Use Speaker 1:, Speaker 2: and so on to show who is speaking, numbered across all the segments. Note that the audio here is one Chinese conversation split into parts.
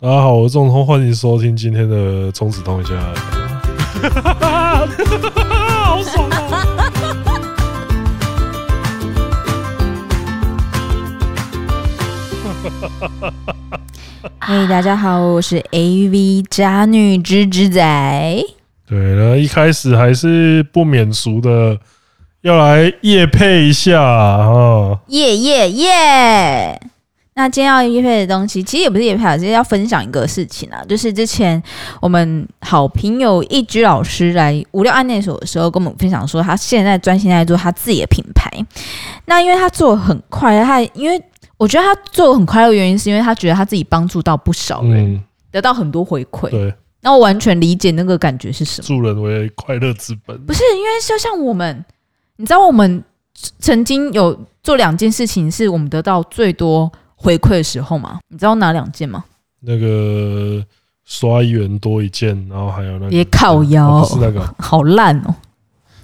Speaker 1: 大家好，我是仲通，欢迎收听今天的《冲刺通一 下》。好爽啊！
Speaker 2: 嘿、哎大家好，我是 AV 渣女芝芝仔。
Speaker 1: 对，然后一开始还是不免俗的，要来夜配一下啊、哦
Speaker 2: 耶耶耶！那今天要夜配的东西，其实也不是夜配啊，就是要分享一个事情啊，就是之前我们好朋友一居老师来无聊案内所的时候，跟我们分享说，他现在专心在做他自己的品牌。那因为他做的很快，他因为我觉得他做的很快乐的原因，是因为他觉得他自己帮助到不少人，
Speaker 1: 嗯，
Speaker 2: 得到很多回馈。
Speaker 1: 对，
Speaker 2: 那我完全理解那个感觉是什么。
Speaker 1: 助人为快乐之本。
Speaker 2: 不是因为就像我们，你知道我们曾经有做两件事情是我们得到最多回馈的时候吗？你知道哪两件吗？
Speaker 1: 那个刷一元多一件，然后还有那个
Speaker 2: 别靠腰
Speaker 1: 哦不是那个。
Speaker 2: 好烂哦，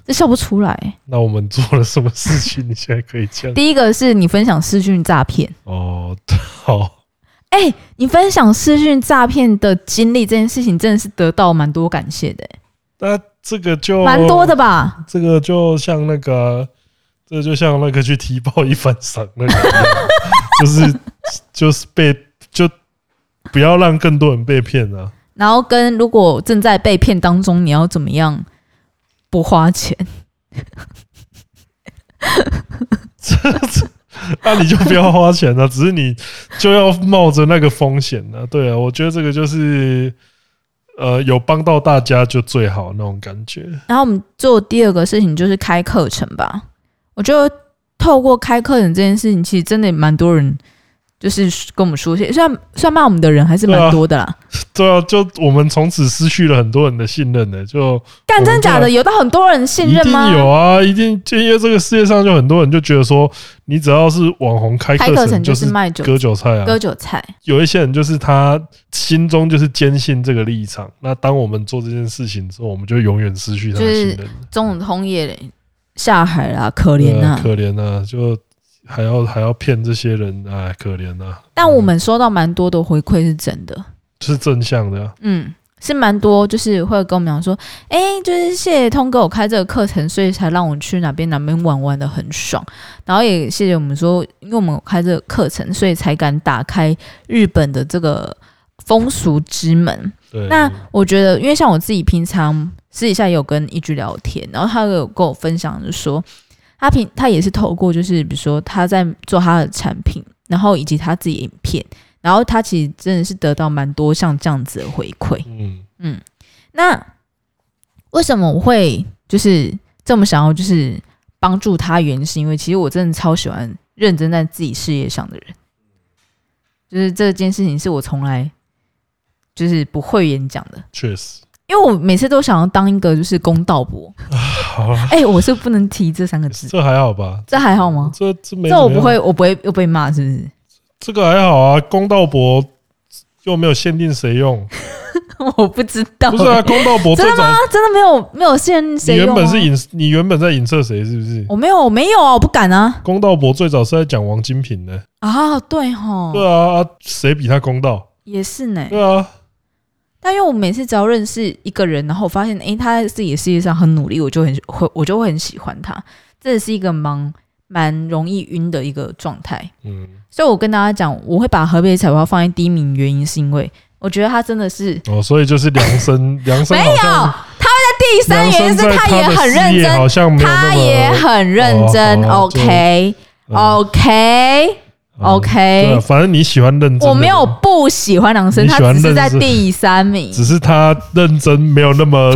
Speaker 2: 这笑不出来。欸
Speaker 1: 那我们做了什么事情？你现在可以 讲
Speaker 2: 第一个是你分享视讯诈骗，
Speaker 1: 哦。好，
Speaker 2: 哎、你分享视讯诈骗的经历这件事情，真的是得到蛮多感谢的、欸
Speaker 1: 那这个就
Speaker 2: 蛮多的吧？
Speaker 1: 这个就像那个啊，这个就像那个去踢爆一番赏那个一样， 就是就是被就不要让更多人被骗啊！
Speaker 2: 然后跟如果正在被骗当中，你要怎么样不花钱？
Speaker 1: 那、你就不要花钱了、只是你就要冒着那个风险呢、对啊，我觉得这个就是呃，有帮到大家就最好那种感觉。
Speaker 2: 然后我们做第二个事情就是开课程吧。我觉得透过开课程这件事情，其实真的蛮多人就是跟我们说，虽然虽然骂我们的人还是蛮多的啦，
Speaker 1: 对啊，就我们从此失去了很多人的信任呢、欸就
Speaker 2: 但
Speaker 1: 我们
Speaker 2: 真假
Speaker 1: 这
Speaker 2: 的有到很多人信任吗？
Speaker 1: 啊一定有啊，一定，就因为这个世界上就很多人就觉得说，你只要是网红开
Speaker 2: 开课程
Speaker 1: 程
Speaker 2: 就
Speaker 1: 就是是
Speaker 2: 卖酒
Speaker 1: 割韭菜啊。
Speaker 2: 割韭菜，
Speaker 1: 有一些人就是他心中就是坚信这个立场，那当我们做这件事情之后，我们就永远失去他的信任。
Speaker 2: 中午通夜下海啦，可
Speaker 1: 可
Speaker 2: 怜啊！
Speaker 1: 可怜啊，就还要还要骗这些人，哎，可怜啊，
Speaker 2: 但我们收到蛮多的回馈是真的，
Speaker 1: 是正向的、啊。
Speaker 2: 嗯。是蛮多，就是会跟我们讲说，哎、就是谢谢通哥我开这个课程，所以才让我去哪边哪边玩玩的很爽。然后也谢谢我们说，因为我们有开这个课程，所以才敢打开日本的这个风俗之门。
Speaker 1: 对，
Speaker 2: 那我觉得，因为像我自己平常私底下也有跟一居聊天，然后他有跟我分享，就是说他平他也是透过就是比如说他在做他的产品，然后以及他自己的影片，然后他其实真的是得到蛮多像这样子的回馈。
Speaker 1: 嗯，
Speaker 2: 那为什么我会就是这么想要就是帮助他？原因是因为其实我真的超喜欢认真在自己事业上的人，就是这件事情是我从来就是不会演讲的，
Speaker 1: 确实。
Speaker 2: 因为我每次都想要当一个就是公道 伯。
Speaker 1: 好了，
Speaker 2: 哎、我是不能提这三个字，
Speaker 1: 这还好吧？
Speaker 2: 这还好吗？
Speaker 1: 这这没
Speaker 2: 这我
Speaker 1: 怎么
Speaker 2: 不
Speaker 1: 样
Speaker 2: 会，我不会又被骂，是不是？
Speaker 1: 这个还好啊。公道博又没有限定谁 用，
Speaker 2: 我不知道、
Speaker 1: 不是啊，
Speaker 2: 欸
Speaker 1: 公道博最
Speaker 2: 真的
Speaker 1: 早
Speaker 2: 啊 真的没有没有限
Speaker 1: 你
Speaker 2: 谁用、
Speaker 1: 原
Speaker 2: 啊。
Speaker 1: 本是影，你原本在影射谁？是不是？
Speaker 2: 我没有，我没有啊，我不敢啊。
Speaker 1: 公道博最早是在讲王金平的，
Speaker 2: 啊，对吼，
Speaker 1: 对啊，啊谁比他公道？
Speaker 2: 也是呢。
Speaker 1: 对啊，
Speaker 2: 但因为我每次只要认识一个人，然后我发现，诶，他在自己的事业上很努力，我就很会，我就会很喜欢他。这也是一个蛮蛮容易晕的一个状态。
Speaker 1: 嗯，
Speaker 2: 所以我跟大家讲，我会把河北彩花放在第一名，原因是因为我觉得他真的是
Speaker 1: 哦，所以就是梁生，梁生
Speaker 2: 没
Speaker 1: 好
Speaker 2: 有，
Speaker 1: 像
Speaker 2: 他会在第三
Speaker 1: 梁
Speaker 2: 原
Speaker 1: 生
Speaker 2: 因
Speaker 1: 在
Speaker 2: 是
Speaker 1: 他
Speaker 2: 也
Speaker 1: 的
Speaker 2: 很
Speaker 1: 事
Speaker 2: 认
Speaker 1: 业
Speaker 2: 真，
Speaker 1: 好像没有
Speaker 2: 他也
Speaker 1: 那么嗯
Speaker 2: 很认真。
Speaker 1: 哦好就
Speaker 2: OK
Speaker 1: 嗯
Speaker 2: OK
Speaker 1: 嗯对
Speaker 2: OK，
Speaker 1: 啊，反正你喜欢认真的人，
Speaker 2: 我没有不喜欢梁生，
Speaker 1: 你
Speaker 2: 他
Speaker 1: 喜欢
Speaker 2: 只是在
Speaker 1: 认真
Speaker 2: 第三名。
Speaker 1: 只是他认真没有那 么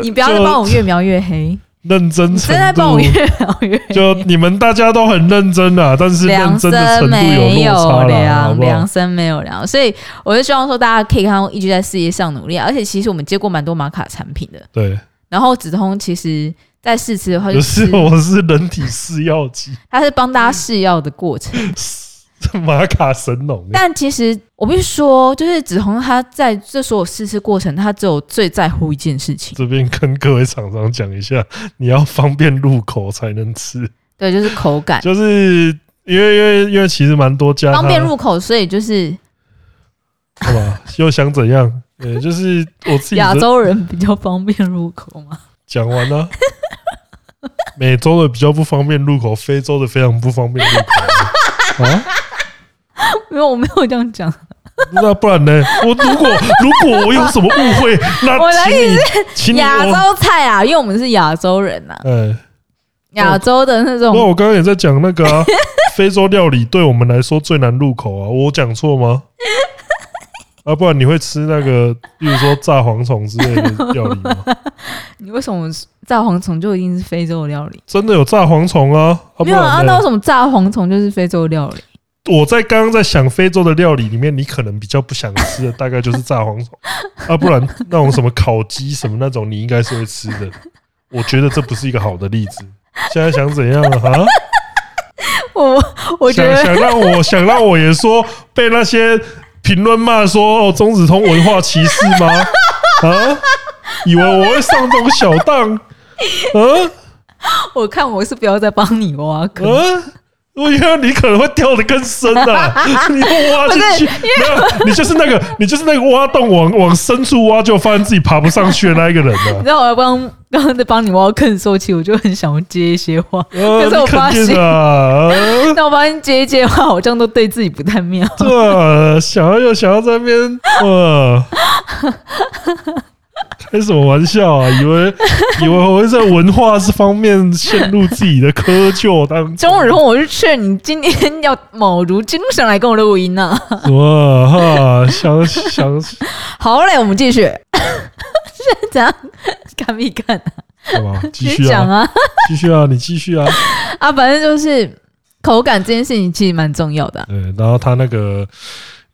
Speaker 2: 你不要再
Speaker 1: 就
Speaker 2: 帮我越描越黑，
Speaker 1: 认真
Speaker 2: 你
Speaker 1: 程
Speaker 2: 真在帮
Speaker 1: 度
Speaker 2: 我。越描越黑。
Speaker 1: 就你们大家都很认真啊，但是认
Speaker 2: 梁
Speaker 1: 真
Speaker 2: 生
Speaker 1: 的程度
Speaker 2: 没
Speaker 1: 落差啦，好
Speaker 2: 有量，
Speaker 1: 不好
Speaker 2: 梁？生没有量，所以我就希望说大家可以看到一直在事业上努力啊，而且其实我们接过蛮多玛卡产品的，
Speaker 1: 对，
Speaker 2: 然后紫通其实在试吃的话
Speaker 1: 不
Speaker 2: 就是是
Speaker 1: 我是人体试药机，
Speaker 2: 他是帮大家试药的过程。
Speaker 1: 嗯玛卡神农。
Speaker 2: 但其实我必须说，就是子红他在这所有试吃过程，他只有最在乎一件事情，
Speaker 1: 这边跟各位厂商讲一下， 你要方便入口才能吃，
Speaker 2: 对，就是口感
Speaker 1: 就是因为因为因为其实蛮多家它
Speaker 2: 方便入口，所以就是
Speaker 1: 又想怎样？ 呃，就是我自己
Speaker 2: 亚
Speaker 1: 的
Speaker 2: 洲人比较方便入口嘛。
Speaker 1: 讲完了、美洲的比较不方便入口，非洲的非常不方便入口。啊，
Speaker 2: 没有，我没有这样讲。
Speaker 1: 那不然呢？我如果如果我有什么误会，
Speaker 2: 我
Speaker 1: 那
Speaker 2: 来
Speaker 1: 请你，请你
Speaker 3: 亚
Speaker 1: 我，
Speaker 3: 洲菜啊，因为我们是亚洲人呐、
Speaker 2: 哦
Speaker 3: 啊，
Speaker 1: 哎，
Speaker 3: 亚洲的那
Speaker 1: 那
Speaker 3: 种
Speaker 1: 我刚刚也在讲那个 啊，非洲料理对我们来说最难入口啊，我讲错吗？啊，不然你会吃那个，比如说炸蝗虫之类的料理 吗？
Speaker 3: 你为什么炸蝗虫就一定是非洲的料理？
Speaker 1: 真的有炸蝗虫啊？
Speaker 2: 哦
Speaker 1: 啊，不
Speaker 3: 没有啊，
Speaker 1: 然
Speaker 3: 那
Speaker 1: 呢
Speaker 3: 为？什么炸蝗虫就是非洲料 理？
Speaker 1: 我在刚刚在想非洲的料理里面，你可能比较不想吃的大概就是炸蝗虫啊，不然那种什么烤鸡什么那种，你应该是会吃的。我觉得这不是一个好的例子。现在想怎样啊？哈
Speaker 3: 我我觉得
Speaker 1: 想想让我想让我也说被那些评论骂说哦中子通文化歧视吗？ 啊，以为我会上这种小当？嗯、
Speaker 2: 我看我是不要再帮你挖坑。
Speaker 1: 嗯，我觉得你可能会掉的更深啊！ 你又挖进去，没有，你就是那个，你就是那个挖洞往往深处挖，就发现自己爬不上去的那一个人
Speaker 2: 你
Speaker 1: 啊！
Speaker 2: 知道我要帮刚刚在帮你挖坑的时候，其实我就很想接一些话，
Speaker 1: 呃，
Speaker 2: 可是
Speaker 1: 你
Speaker 2: 我发
Speaker 1: 肯定
Speaker 2: 现
Speaker 1: 的啊，呃
Speaker 2: 但我发现接一接话好像都对自己不太妙。
Speaker 1: 这啊想要又想要在那边，呃，开什么玩笑啊？以为 以为我会在文化这方面陷入自己的窠臼当中
Speaker 2: 钟子通，我是劝你今天要卯足精神来跟我录音呢、
Speaker 1: 哇哈，想想
Speaker 2: 好嘞，我们继续。 现在怎样？看没看、啊？
Speaker 1: 干 嘛？继
Speaker 2: 你
Speaker 1: 续
Speaker 2: 讲
Speaker 1: 啊，
Speaker 2: 啊
Speaker 1: 继续啊，你继续啊。
Speaker 2: 啊！反正就是口感这件事情其实蛮重要的啊、
Speaker 1: 对，然后它那个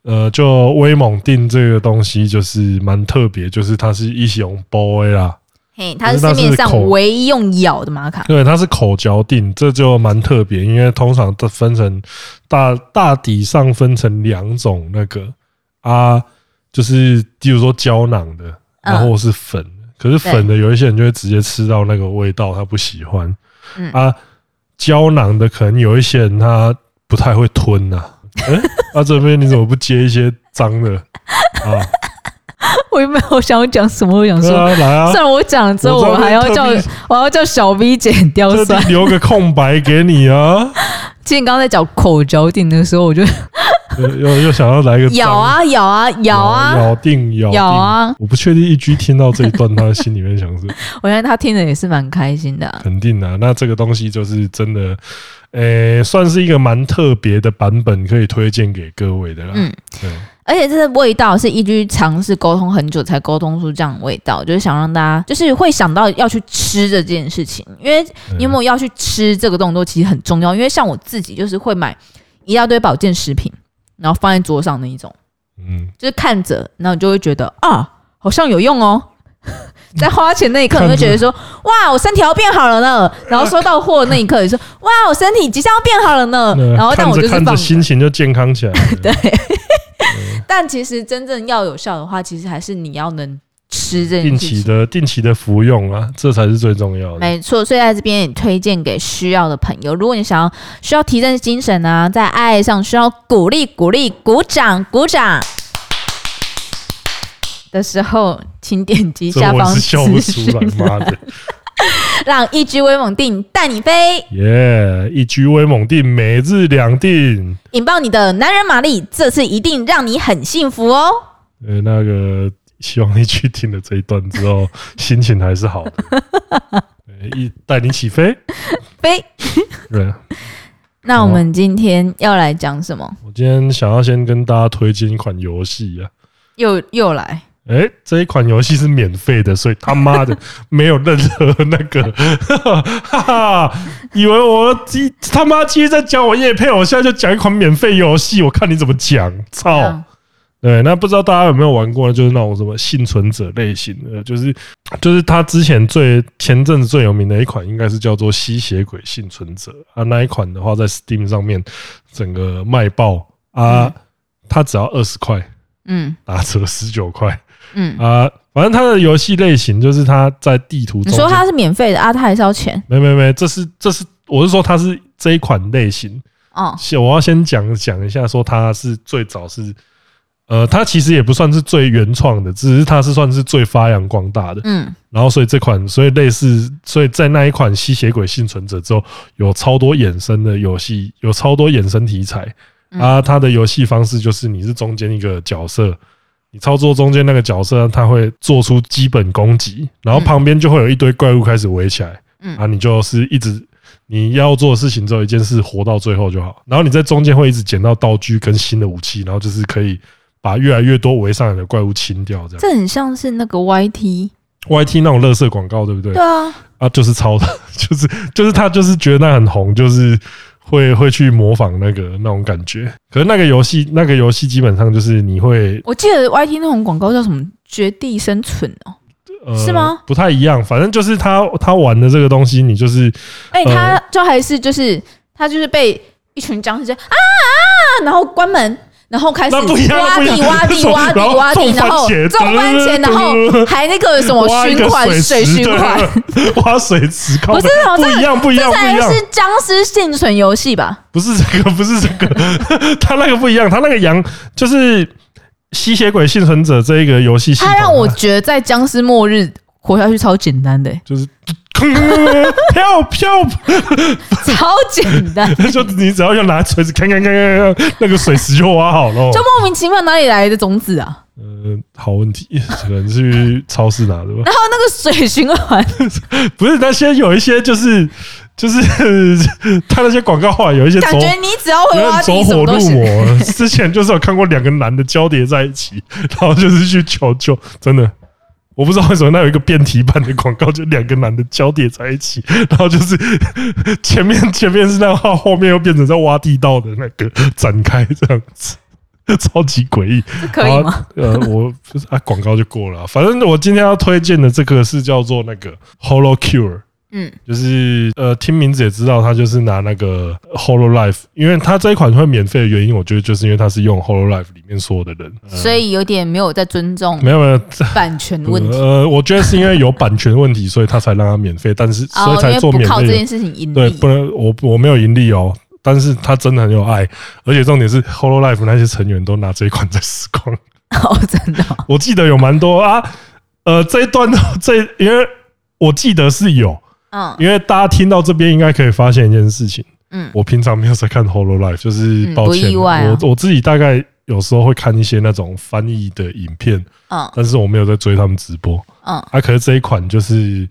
Speaker 1: 呃，就威猛定这个东西就是蛮特别，就是它是一用包啦，
Speaker 2: 嘿，它是
Speaker 1: 可是
Speaker 2: 市
Speaker 1: 它
Speaker 2: 面
Speaker 1: 是
Speaker 2: 上
Speaker 1: 口
Speaker 2: 唯一用咬的玛卡。
Speaker 1: 对，它是口嚼定，这就蛮特别，因为通常都分成大大体上分成两种那个啊，就是比如说胶囊的，
Speaker 3: 嗯
Speaker 1: 然后是粉的，可是粉的有一些人就会直接吃到那个味道，他不喜欢
Speaker 3: 嗯，
Speaker 1: 啊，胶囊的可能有一些人他不太会吞呐、 啊，嗯，啊这边你怎么不接一些脏的啊？
Speaker 2: 我也没有想要讲什么，我想
Speaker 1: 对
Speaker 2: 说，
Speaker 1: 啊，来 啊
Speaker 2: 虽，然我讲了之后，
Speaker 1: 我知道
Speaker 2: 我还要
Speaker 1: 特地
Speaker 2: 叫我要叫小 V 剪掉
Speaker 1: 这
Speaker 2: 算
Speaker 1: 里。留个空白给你 啊，
Speaker 2: 其实你刚刚在讲口嚼定的时候，我就
Speaker 1: 又又又想要来个
Speaker 3: 咬
Speaker 1: 脏的
Speaker 3: 啊咬啊咬啊，
Speaker 1: 咬定咬定
Speaker 2: 咬啊！
Speaker 1: 我不确定一居听到这一段，他的心里面想是
Speaker 2: 我觉得他听的也是蛮开心的啊、
Speaker 1: 肯定啊。 那这个东西就是真的，呃、算是一个蛮特别的版本，可以推荐给各位的啦。
Speaker 3: 嗯
Speaker 1: 对，
Speaker 3: 而且这个味道是依据尝试沟通很久才沟通出这样的味道，就是想让大家就是会想到要去吃的这件事情，因为你有没有要去吃这个动作其实很重要，因为像我自己就是会买一大堆保健食品，然后放在桌上那一种，
Speaker 1: 嗯，
Speaker 3: 就是看着，然后你就会觉得啊，好像有用 哦。在花钱那一刻，你
Speaker 1: 看着
Speaker 3: 会觉得说：“哇，我身体要变好了呢。”然后收到货那一刻，你说：“哇，我身体即将要变好了呢。”
Speaker 1: 那
Speaker 3: 呃然后，但
Speaker 1: 看
Speaker 3: 我就
Speaker 1: 着
Speaker 3: 是
Speaker 1: 看着
Speaker 3: 放着。
Speaker 1: 心情就健康起来了。对，
Speaker 3: 但其实真正要有效的话，其实还是你要能吃这件
Speaker 1: 定
Speaker 3: 事
Speaker 1: 期
Speaker 3: 情。
Speaker 1: 的定期的服用啊，这才是最重要的。
Speaker 3: 没错，所以在这边也推荐给需要的朋友。如果你想要需要提振精神啊，在爱上需要鼓励、鼓励、鼓掌、鼓掌的时候，请点击
Speaker 1: 这
Speaker 3: 下
Speaker 1: 我
Speaker 3: 方
Speaker 1: 是笑不
Speaker 3: 资
Speaker 1: 出来
Speaker 3: 讯，，
Speaker 1: 妈的！
Speaker 3: 让一居威猛定带你飞，
Speaker 1: 耶，一居威猛定，每日两定。
Speaker 3: 引爆你的男人马力，这次一定让你很幸福哦。
Speaker 1: 呃，那个希望你去听了这一段之后， 心情还是好的，呃一带你起飞。
Speaker 3: 飞。
Speaker 1: 对，
Speaker 3: 那我们今天要来讲什么？
Speaker 1: 我今天想要先跟大家推荐一款游戏啊，
Speaker 2: 又又来，
Speaker 1: 诶，这一款游戏是免费的，所以他妈的没有任何那个， 哈哈，以为我今他妈今天在讲我叶配，我现在就讲一款免费游戏，我看你怎么讲，操！
Speaker 2: 嗯
Speaker 1: 对，那不知道大家有没有玩过，就是那种什么幸存者类型的，就是就是他之前最前阵子最有名的一款，应该是叫做《吸血鬼幸存者》啊，那一款的话在 Steam 上面整个卖爆啊，它只要二十块，
Speaker 3: 嗯
Speaker 1: 打折十九块
Speaker 3: 嗯，
Speaker 1: 啊，反正它的游戏类型就是它在地图
Speaker 3: 你
Speaker 1: 中
Speaker 3: 说
Speaker 1: 间，
Speaker 3: 它是免费的啊，它还是要钱
Speaker 1: 没没没，这是这是我是说它是这一款类型，
Speaker 3: 哦。
Speaker 1: 先我要先讲讲一下，说它是最早是呃，它其实也不算是最原创的，只是它是算是最发扬光大的。
Speaker 2: 嗯，
Speaker 1: 然后所以这款，所以类似，所以在那一款吸血鬼幸存者之后，有超多衍生的游戏，有超多衍生题材
Speaker 2: 嗯
Speaker 1: 啊。它的游戏方式就是你是中间一个角色，你操作中间那个角色，他会做出基本攻击，然后
Speaker 2: 嗯
Speaker 1: 旁边就会有一堆怪物开始围起来，
Speaker 2: 嗯
Speaker 1: 啊，你就是一直。你要做的事情只有一件事，活到最后就好。然后你在中间会一直捡到道具跟新的武器，然后就是可以把越来越多围上来的怪物清掉。这样
Speaker 2: 这很像是那个 YT。
Speaker 1: YT 那种乐色广告，对不对
Speaker 2: 对？啊，
Speaker 1: 啊，就是抄的， 就是就是他就是觉得那很红，就是会会去模仿那个那种感觉。可是那个游戏，那个游戏基本上就是你会
Speaker 2: 我记得 YT 那种广告叫什么“绝地生存”哦。
Speaker 1: 呃
Speaker 2: 是吗？
Speaker 1: 不太一样，反正就是他他玩的这个东西，你就是
Speaker 2: 哎、
Speaker 1: 呃
Speaker 2: 他就还是就是他就是被一群僵尸就啊啊，然后关门，然后开始
Speaker 1: 那不一样
Speaker 2: 挖
Speaker 1: 不一
Speaker 2: 地
Speaker 1: 样
Speaker 2: 挖
Speaker 1: 那
Speaker 2: 地
Speaker 1: 种
Speaker 2: 挖地挖地，
Speaker 1: 然
Speaker 2: 然
Speaker 1: 后
Speaker 2: 后
Speaker 1: 种
Speaker 2: 种
Speaker 1: 番
Speaker 2: 番
Speaker 1: 茄
Speaker 2: 茄，然后还那个什么
Speaker 1: 挖一
Speaker 2: 循
Speaker 1: 个
Speaker 2: 环水
Speaker 1: 水池
Speaker 2: 循环，
Speaker 1: 对挖水池，靠
Speaker 2: 不
Speaker 1: 北
Speaker 2: 是哦，
Speaker 1: 不一
Speaker 2: 这
Speaker 1: 样，不一样，
Speaker 2: 这
Speaker 1: 不一
Speaker 2: 才
Speaker 1: 样，
Speaker 2: 是僵尸幸存游戏 吧？
Speaker 1: 不是这个，不是这个，他那个不一样，他那个羊就是吸血鬼幸存者这一个游戏系统啊，
Speaker 2: 它让我觉得在僵尸末日活下去超简单的、欸
Speaker 1: 就是。飘飘
Speaker 2: 超 简单，
Speaker 1: 就你只要用拿锤子，看看看看看，那个水池就挖好喽。
Speaker 2: 就莫名其妙哪里来的种子啊？
Speaker 1: 呃，好问题， 可能是去超市拿的吧。
Speaker 2: 然后那个水循环，
Speaker 1: 不是，那些有一些就是就是 他那些广告话有一些走
Speaker 2: 感。觉你只要会
Speaker 1: 有
Speaker 2: 挖
Speaker 1: 点走火
Speaker 2: 地，什么都
Speaker 1: 入
Speaker 2: 行。
Speaker 1: 魔。 之前就是有看过两个男的交叠在一起，然后就是去求救，真的。我不知道为什么那有一个变体版的广告，就两个男的交叠在一起，然后就是 前面前面是那号，后面又变成在挖地道的那个展开这样子，超级诡异。
Speaker 2: 可以吗？
Speaker 1: 呃，我就是啊，广告就过了啊、反正我今天要推荐的这个是叫做那个 Holo Cure。
Speaker 2: 嗯，
Speaker 1: 就是呃，听名字也知道，它就是拿那个 Hololive，因为它这一款会免费的原因，我觉得就是因为它是用 Hololive 里面所有的人，呃
Speaker 2: 所以有点没有在尊重
Speaker 1: 没有没有
Speaker 2: 版权问题，
Speaker 1: 呃，我觉得是因为有版权问题，所以它才让它免费，但是所
Speaker 2: 哦
Speaker 1: 以，
Speaker 2: 因
Speaker 1: 才
Speaker 2: 为
Speaker 1: 做
Speaker 2: 不
Speaker 1: 免
Speaker 2: 靠这
Speaker 1: 费的。
Speaker 2: 件事情盈
Speaker 1: 对，
Speaker 2: 利
Speaker 1: 不，能我我没有盈利哦，但是它真的很有爱，而且重点是 Hololive 那些成员都拿这一款在时光。
Speaker 2: 哦，真的哦，
Speaker 1: 我记得有蛮多啊，呃，这一段这因为我记得是有，
Speaker 2: 嗯
Speaker 1: 因为大家听到这边应该可以发现一件事情，
Speaker 2: 嗯，
Speaker 1: 我平常没有在看 Holo Life，就是
Speaker 2: 嗯
Speaker 1: 抱
Speaker 2: 不
Speaker 1: 歉，
Speaker 2: 意外啊
Speaker 1: 我我自己大概有时候会看一些那种翻译的影片，
Speaker 2: 嗯
Speaker 1: 但是我没有在追他们直播
Speaker 2: 嗯
Speaker 1: 啊。可是这一款就是。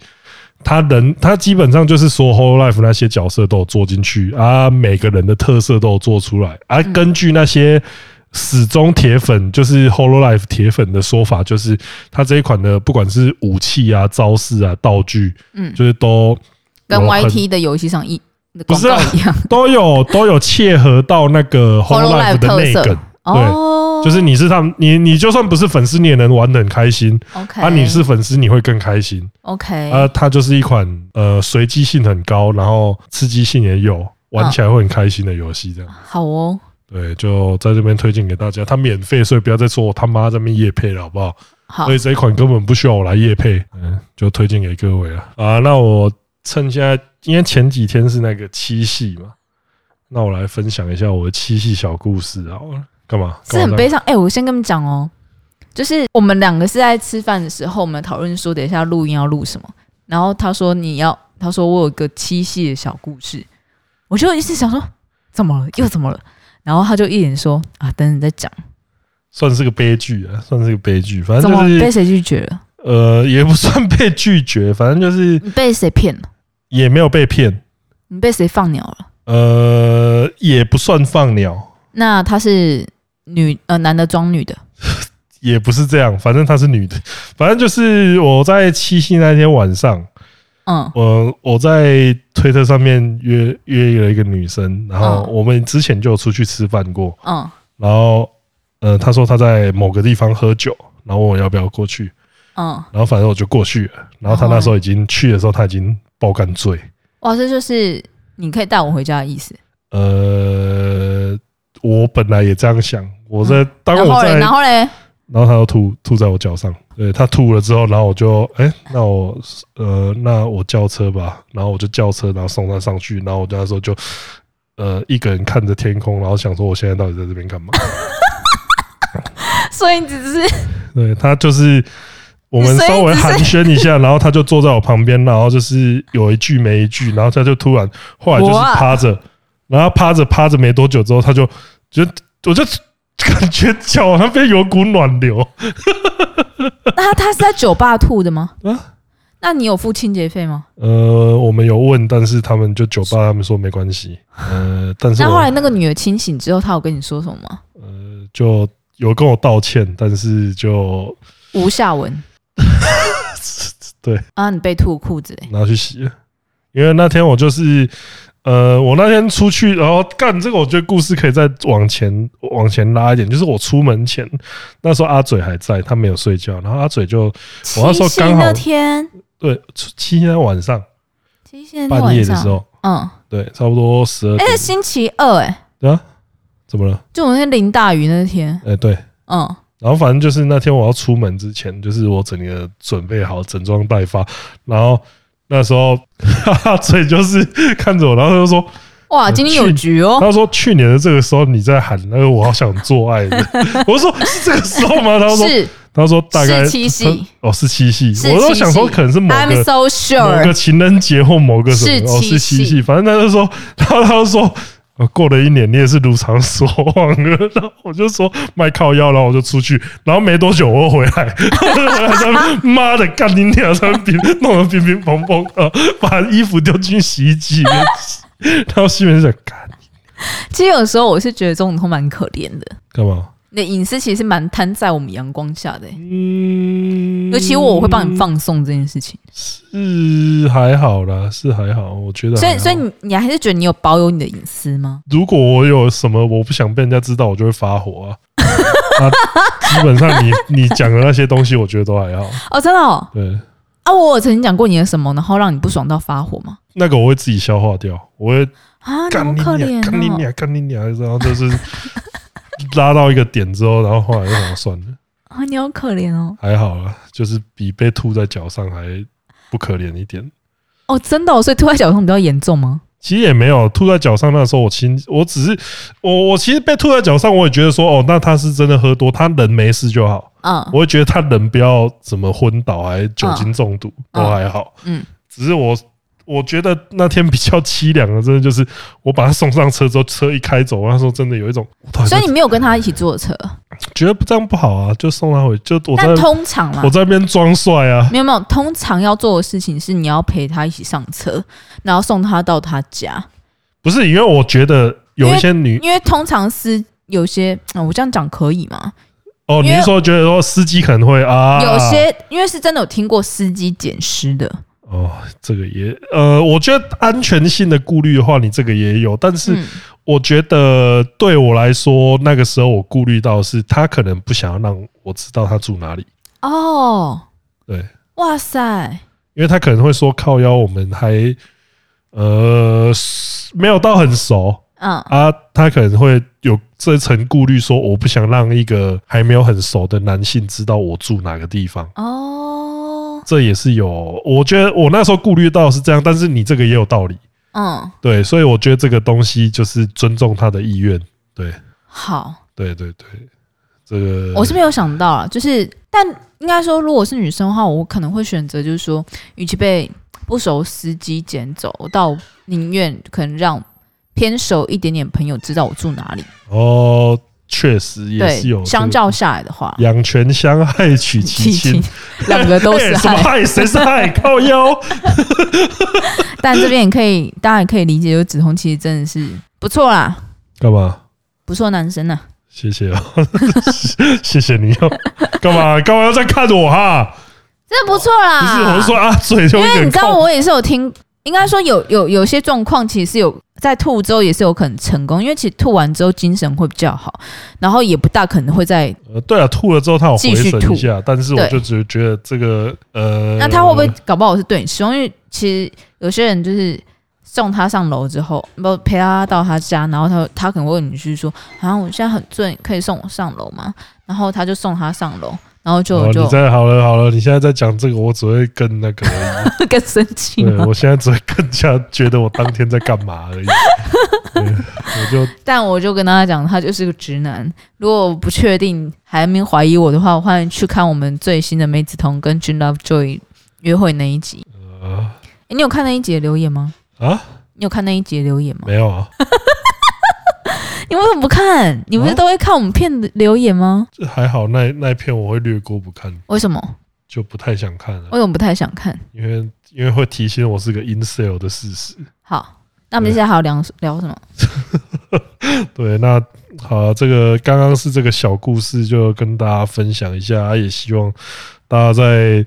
Speaker 1: 他人，他基本上就是说 Holo Life 那些角色都有做进去啊，每个人的特色都有做出来啊。
Speaker 2: 嗯
Speaker 1: 根据那些死忠铁粉，就是 Holo Life 铁粉的说法，就是他这一款的不管是武器啊、招式啊、道具，
Speaker 2: 嗯，
Speaker 1: 就是都
Speaker 2: 跟
Speaker 1: 有很
Speaker 2: YT 的游戏上一的
Speaker 1: 不
Speaker 2: 广
Speaker 1: 是啊
Speaker 2: 告一样，
Speaker 1: 都有都有切合到那个 h o l o Life
Speaker 2: Hololive
Speaker 1: 的内
Speaker 2: 特色
Speaker 1: 梗，
Speaker 2: 哦，
Speaker 1: 就是你是他们，你你就算不是粉丝，你也能玩得很开心。
Speaker 2: 哦 OK，
Speaker 1: 啊，你是粉丝，你会更开心。
Speaker 2: OK，
Speaker 1: 啊，它就是一款呃随机性很高，然后刺激性也有，
Speaker 2: 嗯
Speaker 1: 玩起来会很开心的游戏。这样，
Speaker 2: 好哦，
Speaker 1: 对，就在这边推荐给大家。它免费，所以不要再说我他妈在那边夜配了，好不好？
Speaker 2: 好
Speaker 1: 所，以这一款根本不需要我来夜配，嗯，就推荐给各位了啊。那我趁现在，因为前几天是那个七夕嘛，那我来分享一下我的七夕小故事好了。干嘛？
Speaker 2: 是很
Speaker 1: 干嘛这
Speaker 2: 悲
Speaker 1: 样
Speaker 2: 伤。哎，我先跟你们讲哦，就是我们两个是在吃饭的时候，我们讨论说等一下录音要录什么，然后他说你要，他说我有个七夕的小故事，我就一直想说怎么了，又怎么了，然后他就一脸说啊，等等再讲，
Speaker 1: 算是个悲剧啊，算是个悲剧。反
Speaker 2: 怎
Speaker 1: 正
Speaker 2: 么
Speaker 1: 就
Speaker 2: 被
Speaker 1: 是
Speaker 2: 谁拒绝了？
Speaker 1: 呃，也不算被拒绝，反正就是
Speaker 2: 你被谁骗了？
Speaker 1: 也没有被骗，
Speaker 2: 你被谁放鸟了？
Speaker 1: 呃，也不算放鸟，
Speaker 2: 那她是女呃男的装女的，
Speaker 1: 也不是这样。反正她是女的，反正就是我在七夕那天晚上，
Speaker 2: 嗯
Speaker 1: 我我在推特上面约约了一个女生，然后
Speaker 2: 嗯
Speaker 1: 我们之前就有出去吃饭过，
Speaker 2: 嗯
Speaker 1: 然后呃，她说她在某个地方喝酒，然后问我要不要过去，
Speaker 2: 嗯，
Speaker 1: 然后反正我就过去了，然后她
Speaker 2: 然后
Speaker 1: 那
Speaker 2: 嘞
Speaker 1: 时候已经去的时候，她已经爆干醉，
Speaker 2: 哇，这就是你可以带我回家的意思。
Speaker 1: 呃，我本来也这样想，我在、当
Speaker 2: 然
Speaker 1: 我
Speaker 2: 后嘞，
Speaker 1: 在，
Speaker 2: 嗯然
Speaker 1: 然后
Speaker 2: 后嘞，
Speaker 1: 她又吐吐在我脚上，对她吐了之后，然后我就哎、那我呃，那我叫车吧，然后我就叫车，然后送她上去，然后我那时候就呃一个人看着天空，然后想说我现在到底在这边干嘛？
Speaker 2: 所以你只是
Speaker 1: 对他就是我们稍微寒暄一下，然后他就坐在我旁边，然后就是有一句没一句，然后他就突然后来就是
Speaker 2: 哇
Speaker 1: 趴着，然后趴着趴着没多久之后，他就就我就感觉脚那边有股暖流，
Speaker 2: 那他是在酒吧吐的吗？
Speaker 1: 啊
Speaker 2: 那你有付清洁费吗？
Speaker 1: 呃，我们有问，但是他们就酒吧他们说没关系，呃，但是
Speaker 2: 那
Speaker 1: 我
Speaker 2: 后来那个女的清醒之后，她有跟你说什么吗？
Speaker 1: 呃就有跟我道歉，但是就。
Speaker 2: 无下文
Speaker 1: 对
Speaker 2: 啊，你被吐裤子、欸，
Speaker 1: 拿去洗了，因为那天我就是，呃，我那天出去，然后干这个，我觉得故事可以再往前往前拉一点，就是我出门前，那时候阿嘴还在，他没有睡觉，然后阿嘴就我那时候
Speaker 2: 七夕
Speaker 1: 刚好
Speaker 2: 那天，
Speaker 1: 对出七天晚上
Speaker 2: 七夕那天
Speaker 1: 半夜
Speaker 2: 晚
Speaker 1: 的
Speaker 2: 上
Speaker 1: 时，候，
Speaker 2: 嗯，
Speaker 1: 对，差不多十二
Speaker 2: 哎、
Speaker 1: 点，
Speaker 2: 是星期二、欸，哎，
Speaker 1: 怎么了？
Speaker 2: 就我那天淋大雨那天，
Speaker 1: 哎、对。
Speaker 2: 嗯，
Speaker 1: 然后反正就是那天我要出门之前，就是我整个准备好整装待发，然后那时候阿嘴就是看着我，然后他就说
Speaker 2: 哇，
Speaker 1: 我
Speaker 2: 今天有
Speaker 1: 去
Speaker 2: 局哦，
Speaker 1: 他说去年的这个时候你在喊那个我好想做 爱的，我说是这个时候吗？他说
Speaker 2: 是
Speaker 1: 他说大概
Speaker 2: 是七夕
Speaker 1: 他哦是七夕，
Speaker 2: 是
Speaker 1: 我都
Speaker 2: 七
Speaker 1: 想说
Speaker 2: 夕
Speaker 1: 可能是某
Speaker 2: ，I'm
Speaker 1: 个
Speaker 2: so
Speaker 1: 某
Speaker 2: sure，
Speaker 1: 个情人节或某个什
Speaker 2: 是
Speaker 1: 么哦
Speaker 2: 七
Speaker 1: 是七
Speaker 2: 夕
Speaker 1: 夕，反正他就说，然后他就说。呃过了一年，你也是如常所望了。 然后我就说卖靠腰，然后我就出去，然后没多久我又回来， 我就回来在那边妈的干你娘！在那边乒弄得乒乒乓乓啊，把衣服丢进洗衣机里面洗，然后西门想干
Speaker 2: 其实有时候我是觉得这种都蛮可怜的，
Speaker 1: 干嘛？
Speaker 2: 你的隐私其实蛮摊在我们阳光下的、欸
Speaker 1: 嗯
Speaker 2: 尤其我我会帮你放松这件事情，
Speaker 1: 嗯是还好啦，是还好，我觉得还
Speaker 2: 所
Speaker 1: 好。
Speaker 2: 以所以你你还是觉得你有保有你的隐私吗？
Speaker 1: 如果我有什么我不想被人家知道，我就会发火啊。 啊基本上你你讲的那些东西，我觉得都还好。
Speaker 2: 哦，真的哦
Speaker 1: 对，
Speaker 2: 啊，我有曾经讲过你的什么，然后让你不爽到发火吗？
Speaker 1: 那个我会自己消化掉，我会
Speaker 2: 啊，你
Speaker 1: 干
Speaker 2: 好
Speaker 1: 你
Speaker 2: 可
Speaker 1: 娘，干你
Speaker 2: 怜哦！
Speaker 1: 娘，干你娘，然后就是拉到一个点之后，然后后来就想算了，
Speaker 2: 啊，你好可怜哦！
Speaker 1: 还好啦，就是比被吐在脚上还不可怜一点。
Speaker 2: 哦，真的、哦，所以吐在脚上比较严重吗？
Speaker 1: 其实也没有吐在脚上。那时候我其实我只是我我其实被吐在脚上，我也觉得说哦，那他是真的喝多，他人没事就好。
Speaker 2: 嗯，
Speaker 1: 我会觉得他人不要怎么昏倒，还酒精中毒、
Speaker 2: 嗯
Speaker 1: 都还好。
Speaker 2: 嗯
Speaker 1: 只是我我觉得那天比较凄凉的，真的就是我把他送上车之后，车一开走，那时候真的有一种，我到底
Speaker 2: 嗯所
Speaker 1: 在
Speaker 2: 以你没有跟他一起坐车，
Speaker 1: 觉得这样不好啊，就送他回，就我在
Speaker 2: 但啊通常啦
Speaker 1: 我，在那边装帅啊。
Speaker 2: 没有没有，通常要做的事情是你要陪他一起上车，然后送他到他家，
Speaker 1: 不是因为我觉得有一些女
Speaker 2: 因为通常是有些，啊我这样讲可以吗？
Speaker 1: 哦，你
Speaker 2: 因为
Speaker 1: 是说觉得说司机可能会啊，
Speaker 2: 有些因为是真的有听过司机捡尸的，
Speaker 1: 哦，这个也呃，我觉得安全性的顾虑的话，你这个也有，但是
Speaker 2: 嗯
Speaker 1: 我觉得对我来说，那个时候我顾虑到是他可能不想要让我知道他住哪里，
Speaker 2: 哦，
Speaker 1: 对，
Speaker 2: 哇塞，
Speaker 1: 因为他可能会说靠腰，我们还呃没有到很熟
Speaker 2: 嗯
Speaker 1: 啊，他可能会有这层顾虑，说我不想让一个还没有很熟的男性知道我住哪个地方。
Speaker 2: 哦，
Speaker 1: 这也是有，我觉得我那时候顾虑到是这样，但是你这个也有道理，
Speaker 2: 嗯，
Speaker 1: 对，所以我觉得这个东西就是尊重他的意愿。
Speaker 2: 好，
Speaker 1: 对对对，这个
Speaker 2: 我是没有想到啊，就是但应该说，如果是女生的话，我可能会选择就是说，与其被不熟司机捡走，到宁愿可能让偏熟一点点朋友知道我住哪里。
Speaker 1: 哦，确实 也是有这
Speaker 2: 对，
Speaker 1: 个
Speaker 2: 相较下来的话，
Speaker 1: 两全相害取其轻，
Speaker 2: 两个 都是
Speaker 1: 哎什么
Speaker 2: 害。
Speaker 1: 害谁是害？靠腰，
Speaker 2: 但这边也可以，大家也可以理解，就是子红其实真的是不错啦，
Speaker 1: 干嘛？
Speaker 2: 不错男生呐。
Speaker 1: 谢谢啊， 谢谢你哦。干嘛？干嘛要再看我哈？
Speaker 2: 真的不错
Speaker 1: 不
Speaker 2: 啦。
Speaker 1: 是，我是说啊，嘴就有
Speaker 2: 因为
Speaker 1: 点
Speaker 2: 你知道，
Speaker 1: 靠。
Speaker 2: 我也是有听，应该说有有有些状况，其实是有在吐之后也是有可能成功，因为其实吐完之后精神会比较好，然后也不大可能会再。
Speaker 1: 呃对啊，吐了之后他有回
Speaker 2: 继续
Speaker 1: 神
Speaker 2: 吐
Speaker 1: 一下，但是我
Speaker 2: 对
Speaker 1: 就只觉得这个呃，
Speaker 2: 那他会不会搞不好是对你失望？因为其实有些人就是送他上楼之后，不陪他到他家，然后他他可能会问你去说，啊，我现在很醉，可以送我上楼吗？然后他就送他上楼，然后就
Speaker 1: 哦，
Speaker 2: 就
Speaker 1: 你在好了好了，你现在在讲这个，我只会更那个而已。
Speaker 2: 更生气
Speaker 1: 对
Speaker 2: 吗？
Speaker 1: 我现在只会更加觉得我当天在干嘛而已。对我就
Speaker 2: 但我就跟大家讲，他就是个直男。如果不确定还没怀疑我的话，欢迎去看我们最新的梅子彤跟 Jun Love Joy 约会那一集。
Speaker 1: 呃
Speaker 2: 诶你有看那一集的留言吗？
Speaker 1: 啊
Speaker 2: 你有看那一集的留言吗？
Speaker 1: 没有啊，
Speaker 2: 你为什么不看？你不是
Speaker 1: 啊
Speaker 2: 都会看我们片的留言吗？
Speaker 1: 这还好那那一篇我会略过不看，
Speaker 2: 为什么？
Speaker 1: 就不太想看了，
Speaker 2: 为什么不太想看？
Speaker 1: 因为因为会提醒我是个 in sale 的事实。
Speaker 2: 好，那我们接下来还要聊聊什么？
Speaker 1: 对，那好、这个刚刚是这个小故事，就跟大家分享一下，也希望大家在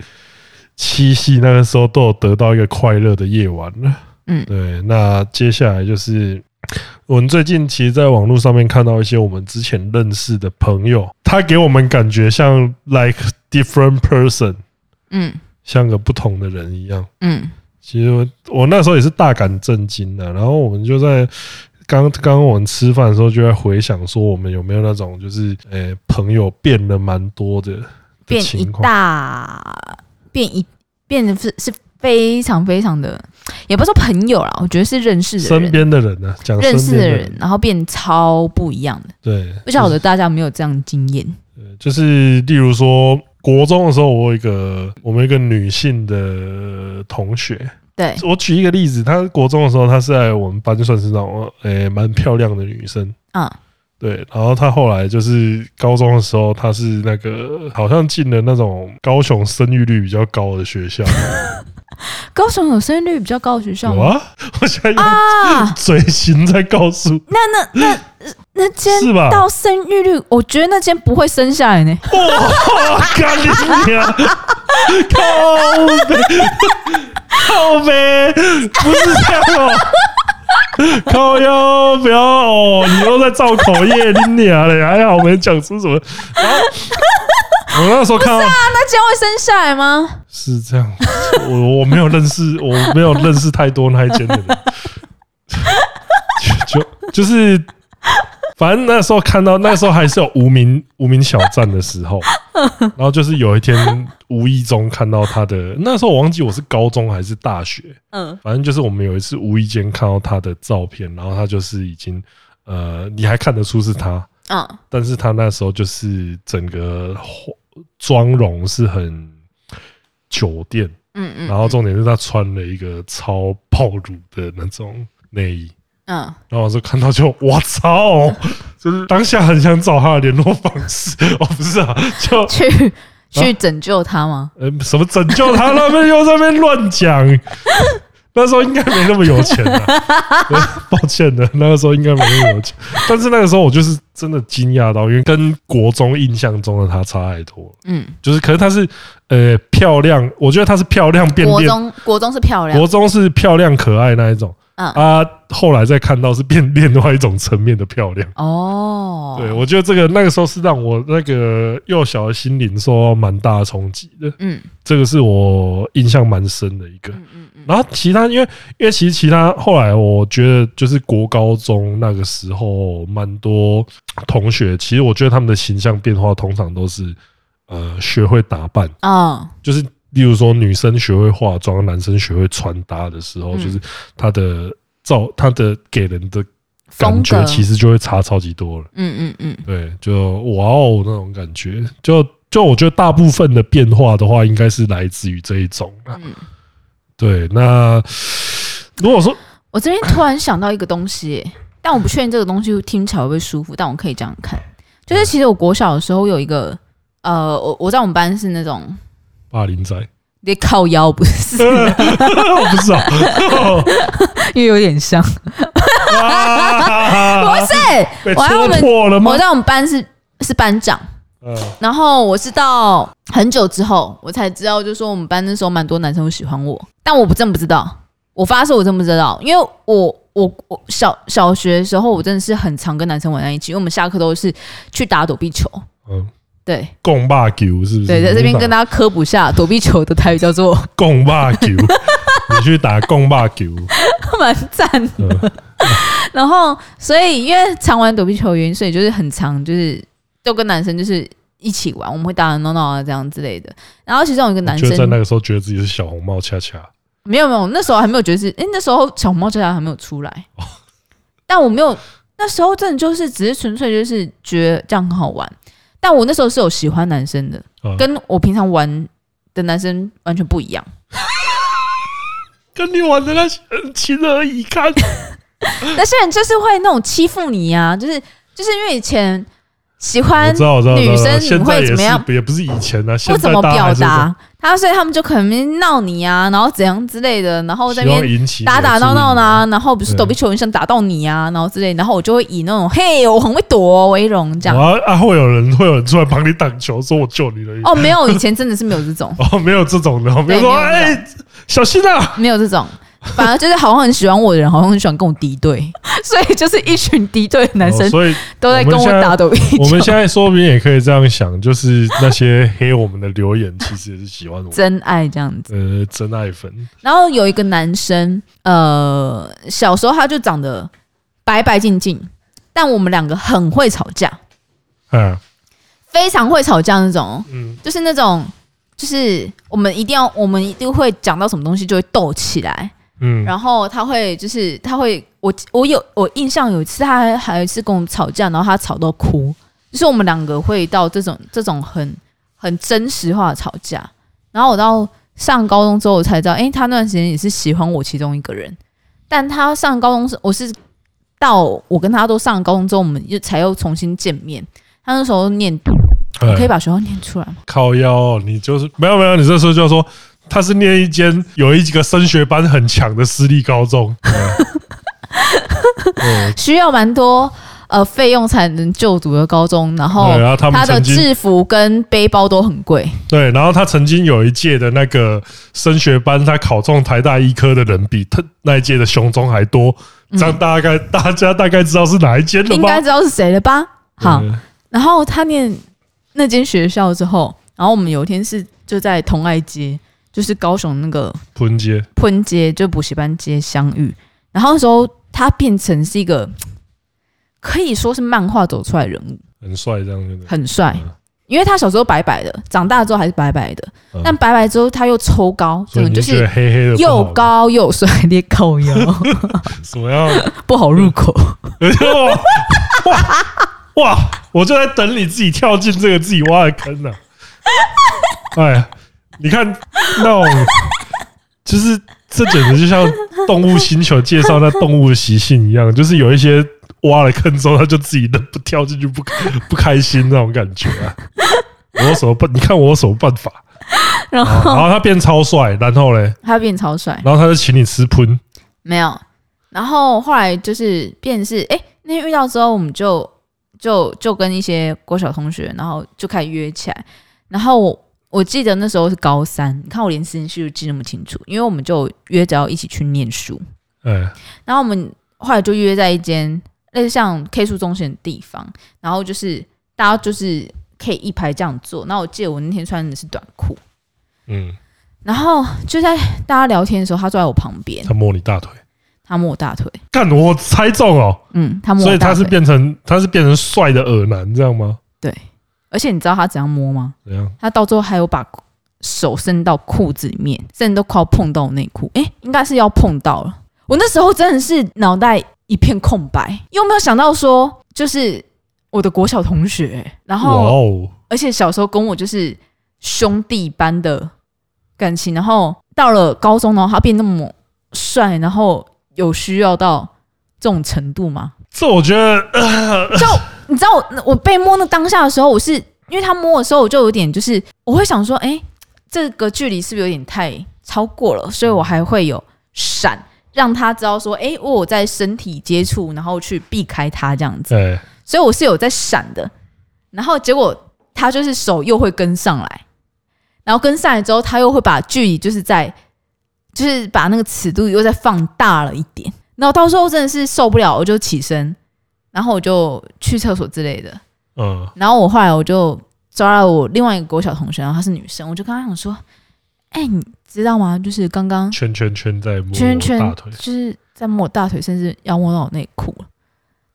Speaker 1: 七夕那个时候都有得到一个快乐的夜晚了。
Speaker 2: 嗯
Speaker 1: 对，那接下来就是我们最近其实，在网络上面看到一些我们之前认识的朋友，他给我们感觉像 like different person，
Speaker 2: 嗯
Speaker 1: 像个不同的人一样。
Speaker 2: 嗯
Speaker 1: 其实我我那时候也是大感震惊的，然后我们就在刚刚我们吃饭的时候就在回想说，我们有没有那种就是呃、朋友变了蛮多的的
Speaker 2: 变一
Speaker 1: 情况，
Speaker 2: 大变一变得是是非常非常的，也不是说朋友啦，我觉得是认识的
Speaker 1: 身
Speaker 2: 人，
Speaker 1: 边的人呢、讲
Speaker 2: 认识
Speaker 1: 身
Speaker 2: 的
Speaker 1: 边的
Speaker 2: 人，，然后变超不一样的。
Speaker 1: 对，
Speaker 2: 不晓得大家有没有这样的经验？
Speaker 1: 就是例如说国中的时候，我有一个我们有一个女性的同学，
Speaker 2: 对，
Speaker 1: 我举一个例子，她国中的时候，她是在我们班算是那种诶蛮、漂亮的女生，
Speaker 2: 嗯
Speaker 1: 对，然后他后来就是高中的时候，他是那个好像进了那种高雄生育率比较高的学校，
Speaker 2: 高雄有生育率比较高的学校
Speaker 1: 有
Speaker 2: 吗？
Speaker 1: 啊，我现在用
Speaker 2: 啊，
Speaker 1: 嘴型在告诉，
Speaker 2: 那那那那间
Speaker 1: 是啊吧？
Speaker 2: 到生育率，我觉得那间不会生下来呢。
Speaker 1: 哇，干你娘！靠呗，靠呗，不是这样哦。靠腰，不要哦！你又在造口业，你娘嘞！还好没讲出什么。然后我那时候看到，
Speaker 2: 那间会生下来吗？
Speaker 1: 是这样，我我没有认识，我没有认识太多那一间的人， 就就就是，反正那时候看到，那时候还是有无名无名小站的时候，然后就是有一天无意中看到他的，那时候我忘记我是高中还是大学，
Speaker 2: 嗯
Speaker 1: 反正就是我们有一次无意间看到他的照片，然后他就是已经呃，你还看得出是他，
Speaker 2: 嗯
Speaker 1: 但是他那时候就是整个化妆容是很酒店，
Speaker 2: 嗯嗯
Speaker 1: 然后重点是他穿了一个超暴乳的那种内衣，
Speaker 2: 嗯，
Speaker 1: 然后我就看到就我 操，就是当下很想找他的联络方式，哦不是啊，就
Speaker 2: 去去拯救他吗？
Speaker 1: 呃什么拯救他那边又在那边乱讲， 那时候应该没那么有钱啊， 对抱歉的，那个时候应该没那么有钱，但是那个时候我就是真的惊讶到，因为跟国中印象中的他差太多了，
Speaker 2: 嗯，
Speaker 1: 就是可是她是呃漂亮，我觉得她是漂亮变
Speaker 2: 国
Speaker 1: 练
Speaker 2: 中国中是漂亮
Speaker 1: 国，中是漂亮可爱那一种，
Speaker 2: 嗯
Speaker 1: 啊，后来再看到是 变另外一种层面的漂亮。
Speaker 2: 哦，
Speaker 1: 对，我觉得这个那个时候是让我那个幼小的心灵受到蛮大的冲击的，
Speaker 2: 嗯
Speaker 1: 这个是我印象蛮深的一个。
Speaker 2: 嗯嗯嗯，
Speaker 1: 然后其他，因为因为其实其他后来我觉得就是国高中那个时候，蛮多同学，其实我觉得他们的形象变化通常都是呃学会打扮，
Speaker 2: 哦，
Speaker 1: 就是例如说女生学会化妆，男生学会穿搭的时候，
Speaker 2: 嗯
Speaker 1: 就是他的造他的给人的
Speaker 2: 风
Speaker 1: 感觉
Speaker 2: 格，
Speaker 1: 其实就会差超级多了。
Speaker 2: 嗯嗯嗯，
Speaker 1: 对，就哇哦那种感觉，就就我觉得大部分的变化的话，应该是来自于这一种啊。
Speaker 2: 嗯
Speaker 1: 对，那如果说
Speaker 2: 我这边突然想到一个东西耶，但我不确定这个东西听起来会不会舒服，但我可以这样看，就是其实我国小的时候有一个，呃，我我在我们班是那种。
Speaker 1: 霸凌仔，
Speaker 2: 别靠腰不是，
Speaker 1: 不是啊，
Speaker 2: 因为有点像。
Speaker 1: 不
Speaker 2: 不是，
Speaker 1: 被
Speaker 2: 我还
Speaker 1: 戳
Speaker 2: 有我们
Speaker 1: 破了吗
Speaker 2: 我？在我们班是是班长，
Speaker 1: 嗯
Speaker 2: 然后我是到很久之后，我才知道，就是说我们班那时候蛮多男生会喜欢我，但我不真不知道，我发誓我真不知道，因为我我我小小学的时候，我真的是很常跟男生玩在一起，因为我们下课都是去打躲避球。
Speaker 1: 嗯，
Speaker 2: 对
Speaker 1: 共霸球是不是？
Speaker 2: 对，在这边跟
Speaker 1: 他
Speaker 2: 大家科普一下，躲避球的台语叫 做
Speaker 1: 共霸球，你去打共霸球，
Speaker 2: 蛮赞的。
Speaker 1: 嗯
Speaker 2: 然后，所以因为常玩躲避球的原因，所以就是很常就是都跟男生就是一起玩，我们会打打闹闹啊这样之类的。然后其中有一个男
Speaker 1: 就
Speaker 2: 生
Speaker 1: 在那个时候觉得自己是小红帽恰恰。哦
Speaker 2: 没有没有，那时候还没有觉得是，哎、那时候小红帽家还没有出来。但我没有那时候真的就是只是纯粹就是觉得这样很好玩。但我那时候是有喜欢男生的，
Speaker 1: 啊
Speaker 2: 跟我平常玩的男生完全不一样。
Speaker 1: 跟你玩的那些人情何以堪？
Speaker 2: 那些人就是会那种欺负你呀、就是就是因为以前喜
Speaker 1: 我
Speaker 2: 欢
Speaker 1: 知道，我知道，
Speaker 2: 女
Speaker 1: 我知道
Speaker 2: 生
Speaker 1: 现在
Speaker 2: 你会
Speaker 1: 也
Speaker 2: 怎么样
Speaker 1: 是，也不是以前啊，现
Speaker 2: 不
Speaker 1: 在
Speaker 2: 怎么
Speaker 1: 大家还
Speaker 2: 表
Speaker 1: 是这样，
Speaker 2: 达，他所以他们就可能闹你啊，然后怎样之类的，然后在
Speaker 1: 希
Speaker 2: 那
Speaker 1: 望
Speaker 2: 边
Speaker 1: 引起
Speaker 2: 打
Speaker 1: 你的
Speaker 2: 打闹闹
Speaker 1: 注意啊
Speaker 2: 啦，然后比如说躲避球，很想打到你啊，然后之类，然后我就会以那种嘿我很会躲为荣这样。
Speaker 1: 啊啊！会有人会有人出来帮你挡球， 说我救你了。
Speaker 2: 哦，没有，以前真的是没有这种，
Speaker 1: 哦，没有这种的，比如说
Speaker 2: 没有没有
Speaker 1: 哎，小心啊！
Speaker 2: 没有这种，反而就是好像很喜欢我的人，好像很喜欢跟我敌对， 所以就是一群敌对的男
Speaker 1: 哦
Speaker 2: 生
Speaker 1: 所 以
Speaker 2: 都在跟
Speaker 1: 我们
Speaker 2: 我
Speaker 1: 现在
Speaker 2: 打躲避球。
Speaker 1: 我们现在说不定也可以这样想，就是那些黑我们的留言，其实也是喜欢我们
Speaker 2: 真爱这样子。
Speaker 1: 呃真爱粉。
Speaker 2: 然后有一个男生，呃，小时候他就长得白白净净，但我们两个很会吵架，
Speaker 1: 嗯
Speaker 2: 非常会吵架那种哦，
Speaker 1: 嗯，
Speaker 2: 就是那种，就是我们一定要，我们一定会讲到什么东西就会斗起来，
Speaker 1: 嗯，
Speaker 2: 然后他会就是他会，我我有我印象有一次他还还有一次跟我们吵架，然后他吵到哭，就是我们两个会到这种这种很很真实化的吵架。然后我到上高中之后，我才知道，诶，他那段时间也是喜欢我其中一个人，但他上高中是我是到我跟他都上高中之后，我们又才又重新见面。他那时候念，我可以
Speaker 1: 哎
Speaker 2: 把学校念出来吗？
Speaker 1: 靠腰哦，你就是没有没有，你这时候就要说他是念一间有一个升学班很强的私立高 中。嗯
Speaker 2: 需要蛮多呃费用才能就读的高中，然后
Speaker 1: 对，然后他们
Speaker 2: 哦他的
Speaker 1: 曾经
Speaker 2: 制服跟背包都很贵。
Speaker 1: 对，然后他曾经有一届的那个升学班，他考中台大医科的人比他那一届的雄中还多，这样大概、大家大概知道是哪一间了
Speaker 2: 嗯应
Speaker 1: 吗
Speaker 2: 该？知道是谁了吧？好，
Speaker 1: 嗯
Speaker 2: 然后他念那间学校之后，然后我们有一天是就在同爱街，就是高雄那个
Speaker 1: punj 街，
Speaker 2: 喷街，就补习班街相遇。然后那时候他变成是一个可以说是漫画走出来的人物，
Speaker 1: 很帅，这样真的。
Speaker 2: 很帅
Speaker 1: 嗯。
Speaker 2: 因为他小时候白白的，长大之后还是白白的，
Speaker 1: 嗯
Speaker 2: 但白白之后他又抽高，
Speaker 1: 所
Speaker 2: 整
Speaker 1: 以你
Speaker 2: 个嗯就
Speaker 1: 觉得
Speaker 2: 是
Speaker 1: 黑黑的不好
Speaker 2: 又
Speaker 1: 吗，
Speaker 2: 高 又帅，你靠腰
Speaker 1: 怎么样？
Speaker 2: 不好入口。
Speaker 1: 嗯 哇哇！我就在等你自己跳进这个自己挖的坑呢、哎，你看那种，就是这简直就像《动物星球》介绍那动物的习性一样，就是有一些挖了坑之后，它就自己都不跳进去不不开心那种感觉啊。我有什么办？你看我有什么办法？
Speaker 2: 然
Speaker 1: 啊然
Speaker 2: 后
Speaker 1: 后他变超帅，然后嘞，
Speaker 2: 他变超帅，
Speaker 1: 然后他就请你吃喷，
Speaker 2: 没有。然后后来就是变成是，哎、那天遇到之后，我们就就就跟一些国小同学，然后就开始约起来。然后我我记得那时候是高三，你看我连时间序都记那么清楚，因为我们就约着要一起去念书。
Speaker 1: 哎，
Speaker 2: 然后我们后来就约在一间类似像 K 书中心的地方，然后就是大家就是可以一排这样坐。然后我记得我那天穿的是短裤，
Speaker 1: 嗯，
Speaker 2: 然后就在大家聊天的时候，他坐在我旁边，
Speaker 1: 他摸你大腿，
Speaker 2: 他摸我大腿，
Speaker 1: 干，我猜中哦。
Speaker 2: 嗯，他摸
Speaker 1: 所
Speaker 2: 我
Speaker 1: 以
Speaker 2: 大
Speaker 1: 他
Speaker 2: 腿，
Speaker 1: 是变成他是变成帅的耳男，这样吗？
Speaker 2: 对，而且你知道他怎样摸吗？
Speaker 1: 怎样？
Speaker 2: 他到最后还有把手伸到裤子里面，甚至都快要碰到我内裤，诶，应该是要碰到了。我那时候真的是脑袋一片空白，因为我没有想到说，就是我的国小同学，然
Speaker 1: 哇
Speaker 2: 后
Speaker 1: 哦！
Speaker 2: 而且小时候跟我就是兄弟般的感情，然后到了高中，然后他变那么帅，然后有需要到这种程度吗？
Speaker 1: 这我觉得，呃
Speaker 2: 就你知道我我被摸那当下的时候，我是因为他摸的时候，我就有点就是我会想说，哎、这个距离是不是有点太超过了？所以我还会有闪，让他知道说，哎、我有在身体接触，然后去避开他这样子。
Speaker 1: 哎，
Speaker 2: 所以我是有在闪的。然后结果他就是手又会跟上来，然后跟上来之后，他又会把距离就是在就是把那个尺度又再放大了一点。然后到时候真的是受不了，我就起身，然后我就去厕所之类的。
Speaker 1: 嗯，
Speaker 2: 然后我后来我就抓了我另外一个国小同学，然后她是女生，我就跟她讲说：“哎、你知道吗？就是刚刚
Speaker 1: 圈圈圈在摸
Speaker 2: 圈圈
Speaker 1: 大腿，
Speaker 2: 就是在摸我大腿，甚至要摸到我内裤了。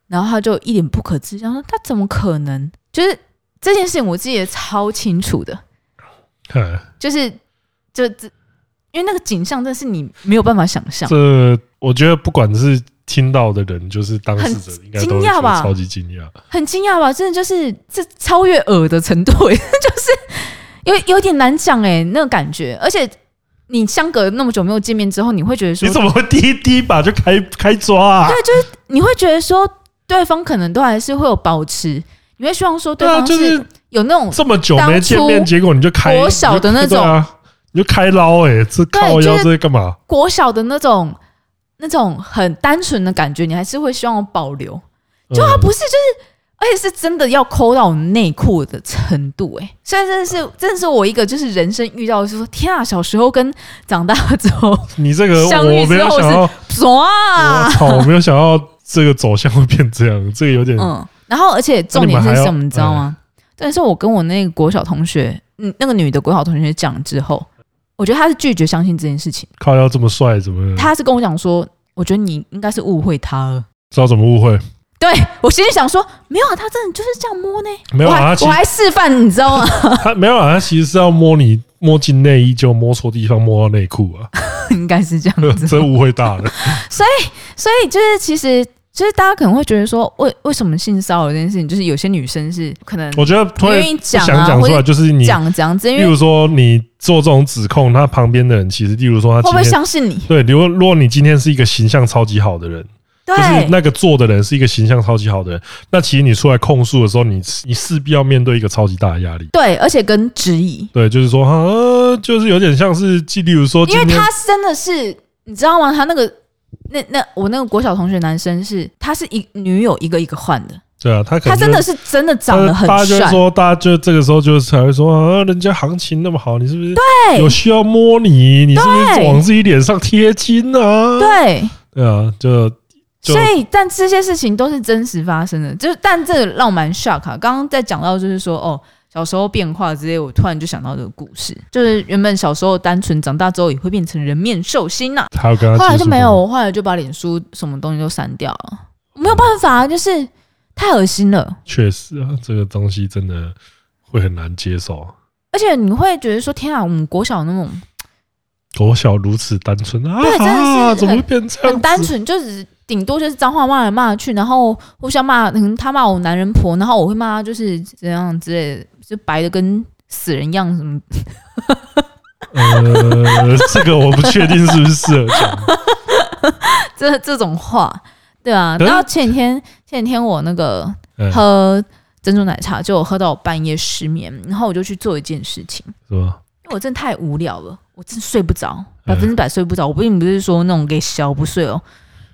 Speaker 2: 然后他就一脸不可置信，他说他怎么可能？就是这件事情我自己也超清楚的，
Speaker 1: 哎，
Speaker 2: 就是就这，因为那个景象真的是你没有办法想象。
Speaker 1: 这我觉得不管是听到的人，就是当事者，应该都会
Speaker 2: 惊讶
Speaker 1: 觉得
Speaker 2: 吧
Speaker 1: 超级惊讶。
Speaker 2: 很惊讶吧？真的就是这超越耳的程度，欸 就是有有点难讲哎、那个感觉。而且你相隔那么久没有见面之后，你会觉得说
Speaker 1: 你，怎么会第一第一把就开开抓啊？
Speaker 2: 你会觉得说对方可能都还是会有保持，你会希望说对
Speaker 1: 对啊，
Speaker 2: 方
Speaker 1: 就是
Speaker 2: 有那种
Speaker 1: 这么久没见面，
Speaker 2: 嗯当初
Speaker 1: 结果你就开
Speaker 2: 国小的那种
Speaker 1: 你就对啊，你就开捞哎、欸，这
Speaker 2: 对
Speaker 1: 靠
Speaker 2: 就
Speaker 1: 腰
Speaker 2: 是
Speaker 1: 这是干嘛？
Speaker 2: 国小的那种那种很单纯的感觉，你还是会希望保留。就他
Speaker 1: 嗯
Speaker 2: 不是，就是而且是真的要抠到我内裤的程度、欸，哎，所以真的是，真的是我一个就是人生遇到，就是说天啊，小时候跟长大之后， 啊
Speaker 1: 你这个
Speaker 2: 相遇
Speaker 1: 我没有
Speaker 2: 之后
Speaker 1: 想到，我
Speaker 2: 哇，
Speaker 1: 操，我没有想到这个走向会变这样，这个有点
Speaker 2: 嗯，然后而且重点是什么，你知道吗？但是我跟我那个国小同学，嗯，那个女的国小同学讲之后，我觉得她是拒绝相信这件事情，
Speaker 1: 靠腰这么帅，怎么
Speaker 2: 她是跟我讲说，我觉得你应该是误会她了。
Speaker 1: 知道怎么误会？
Speaker 2: 对我心里想说，没有啊，她真的就是这样摸呢，
Speaker 1: 没有
Speaker 2: 我
Speaker 1: 啊，
Speaker 2: 还
Speaker 1: 他其
Speaker 2: 我
Speaker 1: 实
Speaker 2: 还示范，你知道吗？
Speaker 1: 他没有啊，他其实是要摸你摸进内衣，就摸错地方，摸到内裤 啊，
Speaker 2: 应该是这样 子。
Speaker 1: 这误会大了。
Speaker 2: 所以就是其实就是大家可能会觉得说，为为什么性骚扰这件事情，就是有些女生是可能
Speaker 1: 我觉得突
Speaker 2: 不
Speaker 1: 然
Speaker 2: 愿意
Speaker 1: 不
Speaker 2: 讲
Speaker 1: 想
Speaker 2: 啊，
Speaker 1: 讲
Speaker 2: 或
Speaker 1: 出来，就
Speaker 2: 者
Speaker 1: 是你，
Speaker 2: 讲这样子，因
Speaker 1: 例
Speaker 2: 为
Speaker 1: 如说你做这种指控，他旁边的人其实，例如说
Speaker 2: 会
Speaker 1: 他
Speaker 2: 不会
Speaker 1: 今天。
Speaker 2: 相信你？
Speaker 1: 对，如果如果你今天是一个形象超级好的人，
Speaker 2: 对
Speaker 1: 就是那个做的人是一个形象超级好的人，那其实你出来控诉的时候，你你势必要面对一个超级大的压力。
Speaker 2: 对，而且跟质疑，
Speaker 1: 对，就是说，啊，就是有点像是，就例如说，今
Speaker 2: 因为
Speaker 1: 天
Speaker 2: 他真的是你知道吗？他那个那那我那个国小同学男生是，他是一女友一个一个换的，
Speaker 1: 对啊，他可
Speaker 2: 他
Speaker 1: 能
Speaker 2: 真的是真的长得很
Speaker 1: 大家就会
Speaker 2: 帅，
Speaker 1: 说，大家就这个时候就才会说，啊，人家行情那么好，你是不是
Speaker 2: 对
Speaker 1: 有需要摸你？你是不是
Speaker 2: 对
Speaker 1: 往自己脸上贴金啊？
Speaker 2: 对。
Speaker 1: 对啊，就就
Speaker 2: 所以，但这些事情都是真实发生的，就是但这个让我蛮 shock 啊。刚刚在讲到就是说，哦，小时候变化之类，我突然就想到这个故事，就是原本小时候单纯，长大之后也会变成人面兽心啊呐、
Speaker 1: 还有跟他
Speaker 2: 后来
Speaker 1: 接
Speaker 2: 就
Speaker 1: 触
Speaker 2: 没
Speaker 1: 过
Speaker 2: 有，我后来就把脸书什么东西都删掉了，没有办法，啊就是太恶心了。
Speaker 1: 确实啊，这个东西真的会很难接受。
Speaker 2: 而且你会觉得说，天啊，我们国小那种
Speaker 1: 国小如此单纯啊
Speaker 2: 对真的是
Speaker 1: 啊，怎么
Speaker 2: 很
Speaker 1: 会变这样子？
Speaker 2: 很单纯，就只顶多就是脏话骂来骂去，然后互相骂，可能他骂我男人婆，然后我会骂他就是怎样之类的，就白的跟死人一样什么。
Speaker 1: 呃，这个我不确定是不是 适合讲。
Speaker 2: 这这种话，对啊。
Speaker 1: 可是
Speaker 2: 然后前几天前几天我那个
Speaker 1: 嗯
Speaker 2: 喝珍珠奶茶，就我喝到我半夜失眠，然后我就去做一件事情，
Speaker 1: 是吧？
Speaker 2: 因为我真的太无聊了，我真的睡不着，百
Speaker 1: 嗯
Speaker 2: 分之百睡不着。我并不是说那种给小不睡哦，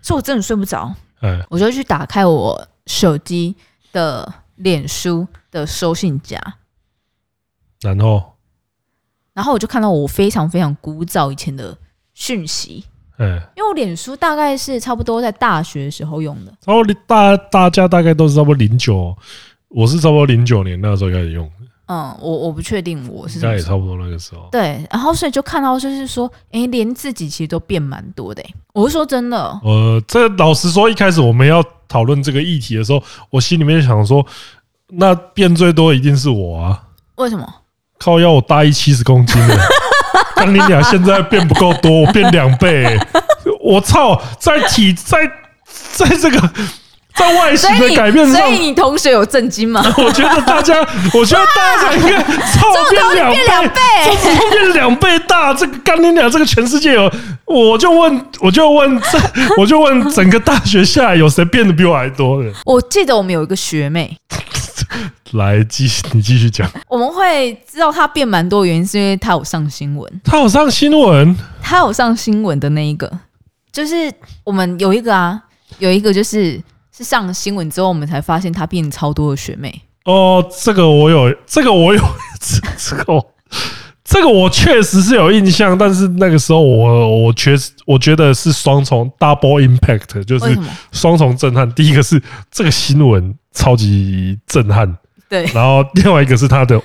Speaker 2: 是我真的睡不着，
Speaker 1: 哎，
Speaker 2: 我就去打开我手机的脸书的收信夹。
Speaker 1: 然后
Speaker 2: 然后我就看到我非常非常古早以前的讯息，
Speaker 1: 哎，
Speaker 2: 因为我脸书大概是差不多在大学的时候用的，
Speaker 1: 然后大大家大概都是差不多零九，我是差不多零九年那时候开始用，
Speaker 2: 嗯，我我不确定我是
Speaker 1: 应
Speaker 2: 什
Speaker 1: 该
Speaker 2: 么
Speaker 1: 也
Speaker 2: 时候。
Speaker 1: 差不多那个时候。
Speaker 2: 对，然后所以就看到就是说，诶，连自己其实都变蛮多的、诶我是说真的，
Speaker 1: 呃，这老实说，一开始我们要讨论这个议题的时候，我心里面想说，那变最多一定是我啊，
Speaker 2: 为什么？
Speaker 1: 靠腰我大一七十公斤 了，但你俩现在变不够多，我变两倍、欸，我操，在体在在这个在外形
Speaker 2: 所以
Speaker 1: 的
Speaker 2: 你
Speaker 1: 改变
Speaker 2: 所
Speaker 1: 上
Speaker 2: 以。你同学有震惊吗？
Speaker 1: 我觉得大家，我觉得大家应 该操变两
Speaker 2: 变两
Speaker 1: 倍， 这子都变两倍大，这个干你俩，这个全世界有，我就问，我就问这，我就问整个大学下来有谁变得比我还多的？
Speaker 2: 我记得我们有一个学妹，
Speaker 1: 来，继续你继续讲。
Speaker 2: 我们会知道她变蛮多的原因是因为她有上新闻，
Speaker 1: 他有上新闻，
Speaker 2: 她有上新闻的那一个，就是我们有一个啊，有一个就是是上新闻之后，我们才发现她变超多的学妹。
Speaker 1: 哦，这个我有，这个我有，这这个我这个我确实是有印象，但是那个时候我我确实我觉得是双重 double impact，就
Speaker 2: 为
Speaker 1: 是
Speaker 2: 什么？
Speaker 1: 双重震撼。第一个是这个新闻超级震撼，
Speaker 2: 对
Speaker 1: 然后另外一个是它的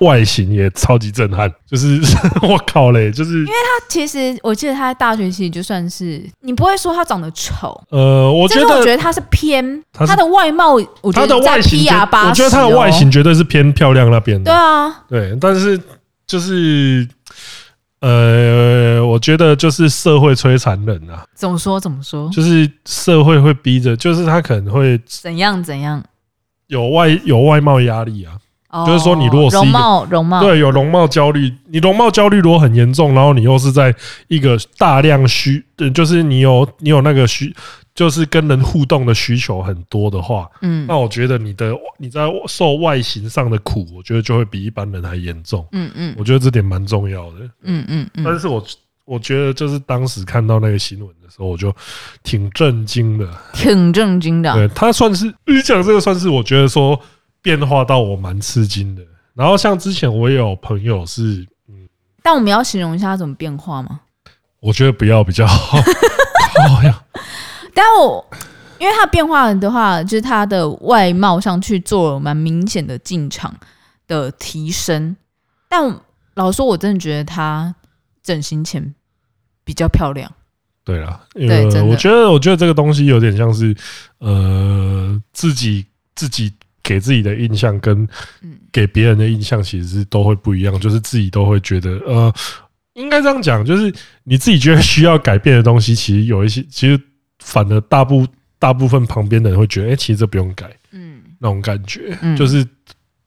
Speaker 1: 外形也超级震撼，就是 我靠嘞，就是
Speaker 2: 其实我记得她在大学其实就算是，你不会说她长得丑，
Speaker 1: 呃，我觉
Speaker 2: 但是我
Speaker 1: 得
Speaker 2: 觉得她是偏
Speaker 1: 她是
Speaker 2: 她的外貌，我觉
Speaker 1: 它的
Speaker 2: 得在
Speaker 1: 外形
Speaker 2: P
Speaker 1: 绝，
Speaker 2: R 八、哦
Speaker 1: 我觉得它
Speaker 2: 啊
Speaker 1: 的外形，绝对是偏漂亮那边
Speaker 2: 对
Speaker 1: 的，
Speaker 2: 啊，
Speaker 1: 对，但是就是。呃，我觉得就是社会摧残人啊，
Speaker 2: 怎么说怎么说？
Speaker 1: 就是社会会逼着，就是他可能会
Speaker 2: 怎样怎样？
Speaker 1: 有外有外貌压力啊，
Speaker 2: 哦
Speaker 1: 就是说你如果是一个
Speaker 2: 容貌容貌，
Speaker 1: 对，有容貌焦虑。你容貌焦虑如果很严重，然后你又是在一个大量需，呃就是你有你有那个需，就是跟人互动的需求很多的话，
Speaker 2: 嗯
Speaker 1: 那我觉得你的你在受外形上的苦，我觉得就会比一般人还严重。
Speaker 2: 嗯嗯
Speaker 1: 我觉得这点蛮重要的。
Speaker 2: 嗯嗯嗯，
Speaker 1: 但是我我觉得就是当时看到那个新闻的时候，我就挺震惊的。
Speaker 2: 挺正经的啊。
Speaker 1: 对，它算是你讲这个算是我觉得说变化到我蛮吃惊的。然后像之前我也有朋友是，
Speaker 2: 但我们要形容一下它怎么变化吗？
Speaker 1: 我觉得不要比较好。 好呀，
Speaker 2: 但我因为它变化的话，就是它的外貌上去做了蛮明显的进场的提升。但老实说，我真的觉得它整形前比较漂亮。
Speaker 1: 对了，
Speaker 2: 对
Speaker 1: 呃，
Speaker 2: 真的
Speaker 1: 我觉得我觉得这个东西有点像是呃自己自己给自己的印象跟
Speaker 2: 嗯
Speaker 1: 给别人的印象其实是都会不一样，就是自己都会觉得呃，应该这样讲，就是你自己觉得需要改变的东西，其实有一些，其实反而大部大部分旁边的人会觉得，哎、其实这不用改
Speaker 2: 嗯
Speaker 1: 那种感觉，
Speaker 2: 嗯
Speaker 1: 就是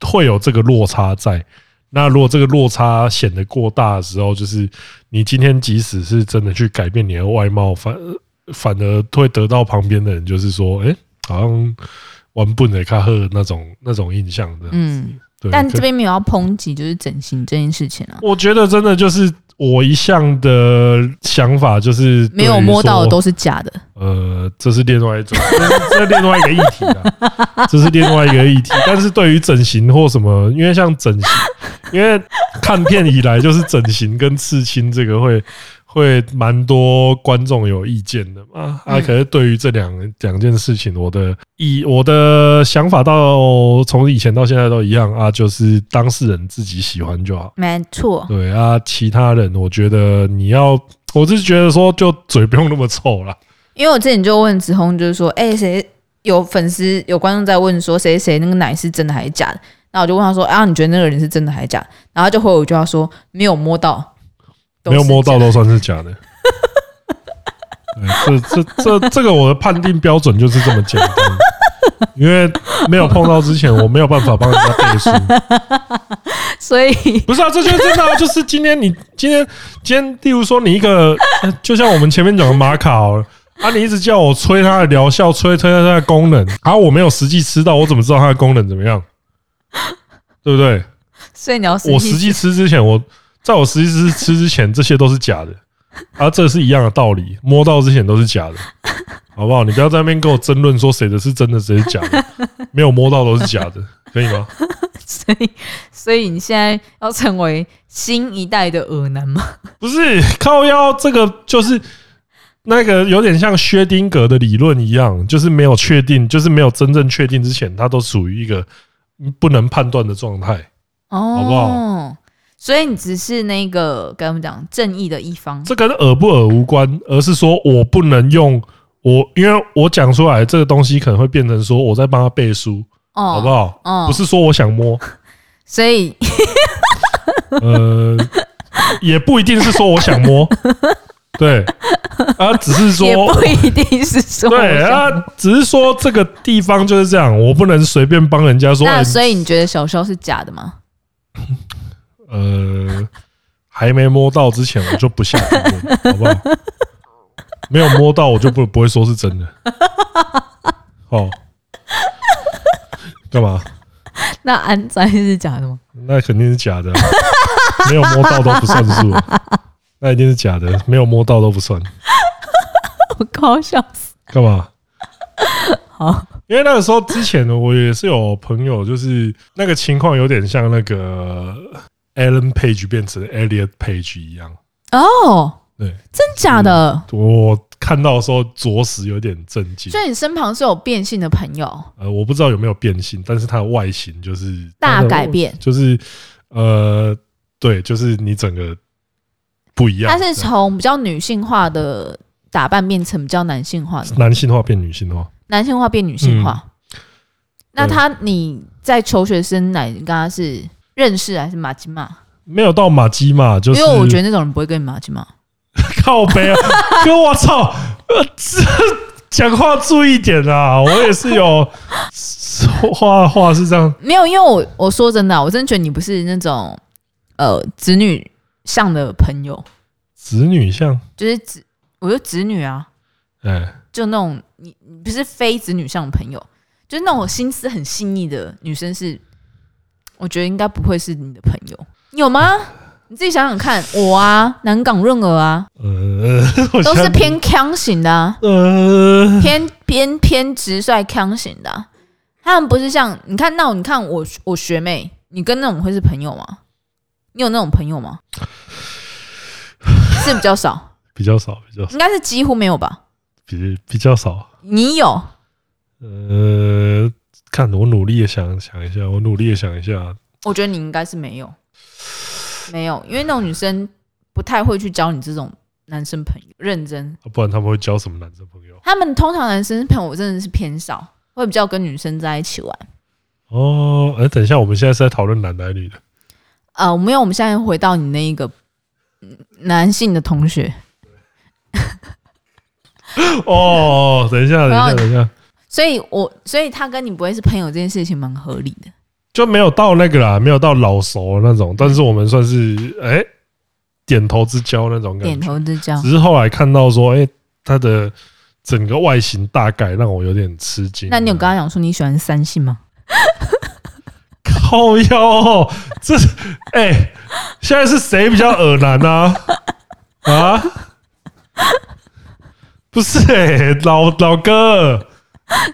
Speaker 1: 会有这个落差在。那如果这个落差显得过大的时候，就是你今天即使是真的去改变你的外貌，反反而会得到旁边的人就是说，哎、好像玩不能看赫那种那种印象的。
Speaker 2: 嗯，
Speaker 1: 对，
Speaker 2: 但
Speaker 1: 可
Speaker 2: 这边没有要抨击，就是整形这件事情啊，
Speaker 1: 我觉得真的就是我一向的想法就是对
Speaker 2: 没
Speaker 1: 于
Speaker 2: 有摸到的
Speaker 1: 说
Speaker 2: 都是假的。
Speaker 1: 呃，这是另外一种， 这是这是另外一个议题啊，这是另外一个议题。但是对于整形或什么，因为像整形，因为看片以来就是整形跟刺青这个会会蛮多观众有意见的嘛啊。
Speaker 2: 嗯
Speaker 1: 可是对于这两两件事情，我的意我的想法到从以前到现在都一样啊，就是当事人自己喜欢就好。
Speaker 3: 没错，
Speaker 1: 对啊，其他人我觉得你要，我是觉得说就嘴不用那么臭啦。
Speaker 3: 因为我之前就问子红，就是说，哎、谁有粉丝有观众在问说，谁谁那个奶是真的还是假的？那我就问他说，啊，你觉得那个人是真的还是假的？然后他就回我一句话说，没有摸到，都
Speaker 1: 没
Speaker 3: 是
Speaker 1: 有摸
Speaker 3: 假的
Speaker 1: 到 都算是假的。对这这这这个我的判定标准就是这么简单，因为没有碰到之前，我没有办法帮人家 背书。
Speaker 2: 所以
Speaker 1: 不是啊，这就是真的、啊，就是今天你今天今天，例如说你一个，呃就像我们前面讲的玛卡好了啊，你一直叫我吹它的疗效，吹吹它的功能，啊，我没有实际吃到，我怎么知道它的功能怎么样？对不对？
Speaker 2: 所以你要
Speaker 1: 我实际吃之前，我在我实际吃吃之前，这些都是假的，啊，这是一样的道理，摸到之前都是假的，好不好？你不要在那边跟我争论说谁的是真的，谁是假的，没有摸到都是假的，可以吗？
Speaker 2: 所以所以你现在要成为新一代的耳男吗？
Speaker 1: 不是靠腰，这个就是那个有点像薛丁格的理论一样，就是没有确定，就是没有真正确定之前，它都属于一个不能判断的状态。
Speaker 2: 哦
Speaker 1: 好不
Speaker 2: 所以你只是那个跟我们讲正义的一方，
Speaker 1: 这跟耳不耳无关，而是说我不能用我，因为我讲出来这个东西可能会变成说我在帮他背书，
Speaker 2: 哦，
Speaker 1: 好不？好？
Speaker 2: 哦，
Speaker 1: 不，是说我想摸，
Speaker 2: 所以
Speaker 1: 呃， 也不一定是说我想 摸，对，啊，只是
Speaker 2: 也
Speaker 1: 说。
Speaker 2: 不一定是说
Speaker 1: 对
Speaker 2: 我想
Speaker 1: 啊，只是说这个地方就是这样，我不能随便帮人家说。
Speaker 2: 那
Speaker 1: 哎
Speaker 2: 所以你觉得小肖是假的吗？
Speaker 1: 呃，还没摸到之前，我就不下评论，好不好？没有摸到，我就不不会说是真的。哦，干嘛？
Speaker 2: 那安仔是假的吗？
Speaker 1: 那肯定是假的啊、没有摸到都不算数啊，那一定是假的，没有摸到都不算。
Speaker 2: 我搞笑死，
Speaker 1: 干嘛？
Speaker 2: 好，
Speaker 1: 因为那个时候之前呢，我也是有朋友，就是那个情况有点像那个 Alan Page 变成 Elliot Page 一样。
Speaker 2: 哦，
Speaker 1: 对
Speaker 2: 真假
Speaker 1: 嗯
Speaker 2: 的？
Speaker 1: 我看到的时候，着实有点震惊
Speaker 2: 所。以你身旁是有变性的朋友，
Speaker 1: 呃，我不知道有没有变性，但是它的外形就是
Speaker 2: 大改，变
Speaker 1: 它的就是呃，对，就是你整个不一样。
Speaker 2: 他是从比较女性化的打扮变成比较男性化的，
Speaker 1: 男性化变女性化。
Speaker 2: 男性化变女性化。那
Speaker 1: 嗯对
Speaker 2: 他你在求学生来，你跟他是认识还是马吉马？
Speaker 1: 没有到马基嘛，就是
Speaker 2: 因为我觉得那种人不会跟你马吉嘛。
Speaker 1: 靠 背啊，哥，我操，呃这讲话注意点啊！我也是 有话话是这样，
Speaker 2: 没有，因为我我说真的啊、我真的觉得你不是那种呃子女上的朋友，
Speaker 1: 子女像，
Speaker 2: 就是子，我就子女啊，
Speaker 1: 哎，
Speaker 2: 就那种你你不是非子女上的朋友，就是那种心思很细腻的女生是，我觉得应该不会是你的朋友，你有吗？你自己想想看，我啊，南港润儿啊，
Speaker 1: 呃， 我
Speaker 2: 都
Speaker 1: 现
Speaker 2: 是
Speaker 1: 在
Speaker 2: 偏腔型的、啊，
Speaker 1: 呃，
Speaker 2: 偏偏偏直率腔型的啊、他们不是像你看那种，你看我我学妹，你跟那种会是朋友吗？你有那种朋友吗？是比较少，
Speaker 1: 比较少，比较少
Speaker 2: 应该是几乎没有吧？
Speaker 1: 比比较少，
Speaker 2: 你有？
Speaker 1: 呃，看我努力的想想一下，我努力的想一下，
Speaker 2: 我觉得你应该是没有，没有，因为那种女生不太会去交你这种男生朋友，认真。
Speaker 1: 不然他们会交什么男生朋友？
Speaker 2: 他们通常男生朋友真的是偏少，会比较跟女生在一起玩。
Speaker 1: 哦，哎、等一下，我们现在是在讨论男男女的，
Speaker 2: 呃，没有，我们现在回到你那一个嗯男性的同学，
Speaker 1: 哦，等一下，等一下，等一下，
Speaker 2: 所以我所以他跟你不会是朋友这件事情蛮合理的。
Speaker 1: 就没有到那个啦，没有到老熟那
Speaker 2: 嗯
Speaker 1: 种，但是我们算是哎、点头之交那种感觉。
Speaker 2: 点头之交，
Speaker 1: 只是后来看到说，哎、他的整个外形大概让我有点吃惊。
Speaker 2: 那你有跟他讲说你喜欢三性吗？
Speaker 1: 靠腰、哦？这是哎、现在是谁比较耳男啊？啊？不是哎、老老哥，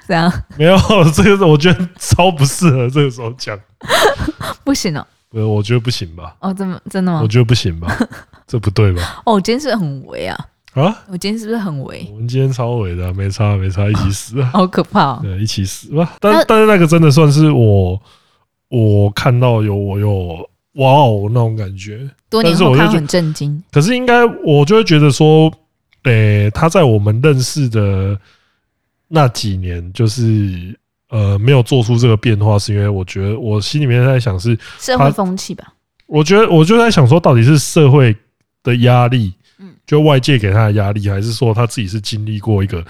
Speaker 2: 这样
Speaker 1: 没有这个，我觉得超不适合这个时候讲。
Speaker 2: 不行哦，
Speaker 1: 不是，我觉得不行吧？
Speaker 2: 哦，真的真的吗
Speaker 1: 我？觉得不行吧？这不对吧？
Speaker 2: 哦，我今天是不是很围啊，
Speaker 1: 啊？
Speaker 2: 我今天是不是很围？
Speaker 1: 我们今天超伟的，啊没差没差，一起死 啊！
Speaker 2: 好可怕哦！
Speaker 1: 对，一起死吧。但
Speaker 2: 那
Speaker 1: 但是那个真的算是我我看到有我有哇哦那种感觉。
Speaker 2: 多年
Speaker 1: 但是
Speaker 2: 后
Speaker 1: 我就
Speaker 2: 看
Speaker 1: 觉得
Speaker 2: 很震惊，
Speaker 1: 可是应该我就会觉得说，诶、他在我们认识的那几年，就是呃没有做出这个变化，是因为我觉得我心里面在想是，
Speaker 2: 社会风气吧。
Speaker 1: 我觉得我就在想说，到底是社会的压力，
Speaker 2: 嗯
Speaker 1: 就外界给他的压力，还是说他自己是经历过一个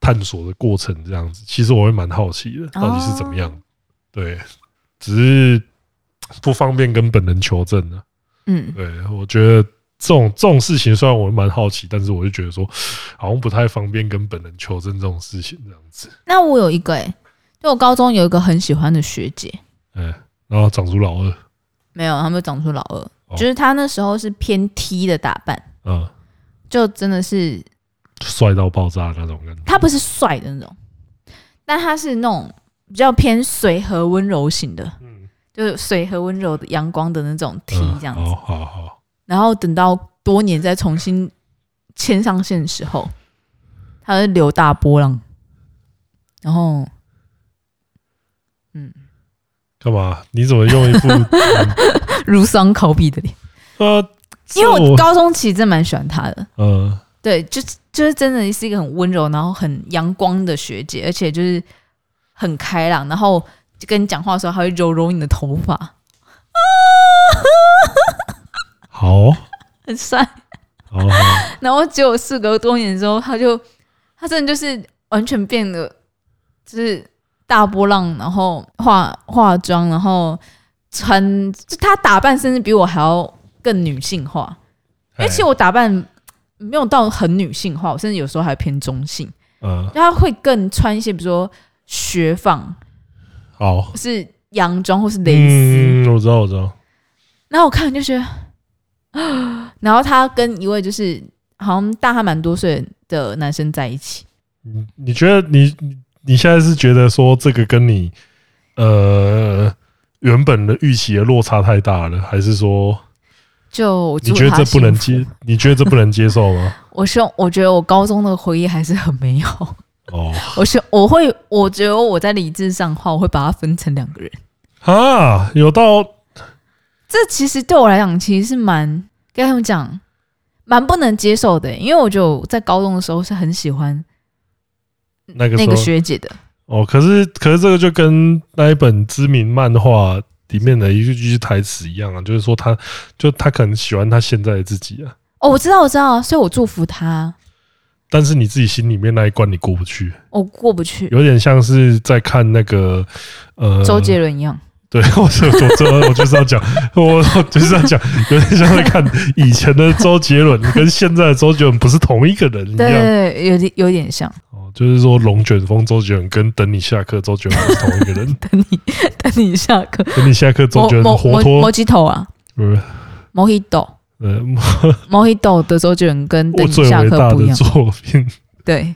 Speaker 1: 探索的过程这样子？其实我会蛮好奇的，到底是怎么样？对，只是不方便跟本人求证啊呢、
Speaker 2: 嗯，
Speaker 1: 对，我觉得这种这种事情虽然我蛮好奇，但是我就觉得说，好像不太方便跟本人求证这种事情这样子。
Speaker 2: 那我有一个诶、欸就我高中有一个很喜欢的学姐，
Speaker 1: 嗯，然后长出老二，
Speaker 2: 没有，她没有长出老二，
Speaker 1: 哦
Speaker 2: 就是她那时候是偏 T 的打扮，
Speaker 1: 嗯，
Speaker 2: 就真的是
Speaker 1: 帅到爆炸那种感觉。
Speaker 2: 他不是帅的那种，但他是那种比较偏随和温柔型的，
Speaker 1: 嗯哦
Speaker 2: 就是随和温柔的阳光的那种 T 这样子。
Speaker 1: 好好好，
Speaker 2: 然后等到多年再重新牵上线的时候，他是留大波浪，然后
Speaker 1: 干嘛？你怎么用一副 嗯
Speaker 2: 如丧考妣的脸。
Speaker 1: 呃，
Speaker 2: 因为
Speaker 1: 这
Speaker 2: 我高中其实真蛮喜欢他的，
Speaker 1: 呃，
Speaker 2: 对，就是就是真的是一个很温柔，然后很阳光的学姐，而且就是很开朗，然后就跟你讲话的时候，还会揉揉你的头发，
Speaker 1: 好
Speaker 2: 很帅。
Speaker 1: 好好，
Speaker 2: 嗯然后结果事隔多年之后，他就他真的就是完全变得就是大波浪，然后化化妆，然后穿，就他打扮甚至比我还要更女性化。因为其实我打扮没有到很女性化，我甚至有时候还偏中性，
Speaker 1: 嗯，
Speaker 2: 就他会更穿一些比如说雪纺，
Speaker 1: 好
Speaker 2: 或，是洋装，或是蕾丝。
Speaker 1: 嗯，我知道，我知道，
Speaker 2: 然后我看就觉得， 啊然后他跟一位就是好像大他蛮多岁的男生在一起，
Speaker 1: 你你觉得你你你现在是觉得说这个跟你呃原本的预期的落差太大了，还是说
Speaker 2: 就我祝
Speaker 1: 你觉得这
Speaker 2: 他
Speaker 1: 不能
Speaker 2: 幸福
Speaker 1: 接？ 你觉得这不能接受 吗？
Speaker 2: 我希望，我觉得我高中的回忆还是很美好。
Speaker 1: 哦，
Speaker 2: 我希我会，我觉得我在理智上的话，我会把它分成两个人。
Speaker 1: 啊，有到
Speaker 2: 这其实对我来讲，其实是蛮跟他们讲，蛮不能接受的，欸因为我觉得我在高中的时候是很喜欢
Speaker 1: 那个
Speaker 2: 那
Speaker 1: 时
Speaker 2: 个
Speaker 1: 候
Speaker 2: 学姐的。
Speaker 1: 哦，可是可是这个就跟那一本知名漫画里面的一句句台词一样啊，就是说他就他可能喜欢他现在的自己啊，
Speaker 2: 哦，我知道，我知道，所以我祝福他，
Speaker 1: 但是你自己心里面那一关你过不去，啊
Speaker 2: 我过不去，
Speaker 1: 有点像是在看那个呃
Speaker 2: 周杰伦一样。
Speaker 1: 对， 我是我这我就是要讲，我我就是要讲，有点像在看以前的周杰伦跟现在的周杰伦不是同一个人一
Speaker 2: 对
Speaker 1: 样。
Speaker 2: 对对，有点有点像。
Speaker 1: 哦，就是说龙卷风周杰伦跟等你下课周杰伦不是同一个 人，
Speaker 2: 等你等你下课，
Speaker 1: 等你下课周
Speaker 2: 某
Speaker 1: 杰伦
Speaker 2: 某
Speaker 1: 活
Speaker 2: 某
Speaker 1: 脱
Speaker 2: 某几头啊，
Speaker 1: 呃
Speaker 2: 某一斗
Speaker 1: 呃
Speaker 2: 某一斗的周杰伦跟等
Speaker 1: 我
Speaker 2: 你
Speaker 1: 最
Speaker 2: 下
Speaker 1: 伟
Speaker 2: 课
Speaker 1: 大
Speaker 2: 不一
Speaker 1: 的
Speaker 2: 样，
Speaker 1: 作品，
Speaker 2: 对，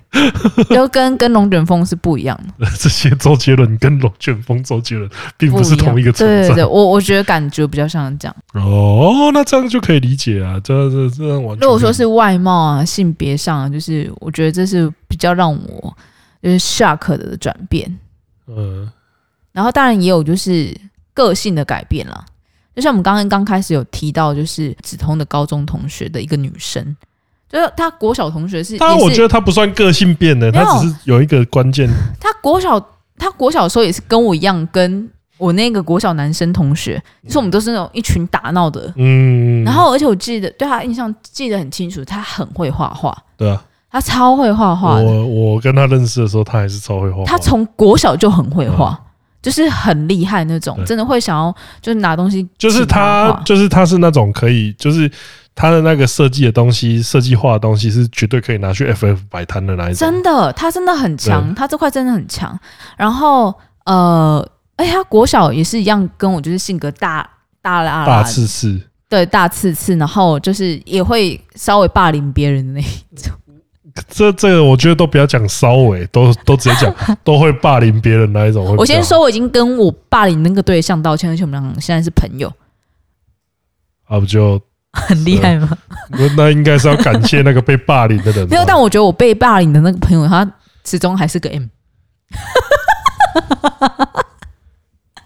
Speaker 2: 就跟跟龙卷风是不一样的，
Speaker 1: 这些周杰伦跟龙卷风周杰伦并
Speaker 2: 不
Speaker 1: 不是
Speaker 2: 一样
Speaker 1: 同一个存
Speaker 2: 对对
Speaker 1: 在。
Speaker 2: 对，我我觉得感觉比较像这样。
Speaker 1: 哦，那这样就可以理解啊，这这这样完全。
Speaker 2: 如果说是外貌啊、性别上啊，就是我觉得这是比较让我就是 shock 的转变。
Speaker 1: 嗯，
Speaker 2: 然后当然也有就是个性的改变啦，就像我们刚刚刚开始有提到，就是梓潼的高中同学的一个女生，就是她国小同学是，
Speaker 1: 当然我
Speaker 2: 也是
Speaker 1: 觉得他不算个性变的，
Speaker 2: 没有
Speaker 1: 他只是有一个关键
Speaker 2: 他国小，他国小的时候也是跟我一样，跟我那个国小男生同学，就是我们都是那种一群打闹的。
Speaker 1: 嗯，
Speaker 2: 然后，而且我记得对他印象记得很清楚，他很会画画，
Speaker 1: 对啊，
Speaker 2: 他超会画画的，
Speaker 1: 我我跟他认识的时候，他还是超会画画。
Speaker 2: 啊他从国小就很会画。就是很厉害那种
Speaker 1: 嗯对，
Speaker 2: 真的会想要就是拿东西，
Speaker 1: 就是他，就是他是那种可以，就是他的那个设计的东西，设计画的东西是绝对可以拿去 FF 摆摊的那一种。
Speaker 2: 真的，他真的很强，他这块真的很强。然后呃，哎，他国小也是一样，跟我就是性格大大啦啦
Speaker 1: 大刺刺，
Speaker 2: 对大刺刺，然后就是也会稍微霸凌别人的那一种。
Speaker 1: 这这个我觉得都不要讲稍微，都都直接 讲都会霸凌别人那一种。会比较
Speaker 2: 我先说，我已经跟我霸凌那个对象道歉，而且我们俩现在是朋友，
Speaker 1: 啊，不就
Speaker 2: 很厉害吗？
Speaker 1: 那那应该是要感谢那个被霸凌的人吧。
Speaker 2: 没有，但我觉得我被霸凌的那个朋友，他始终还是个 M。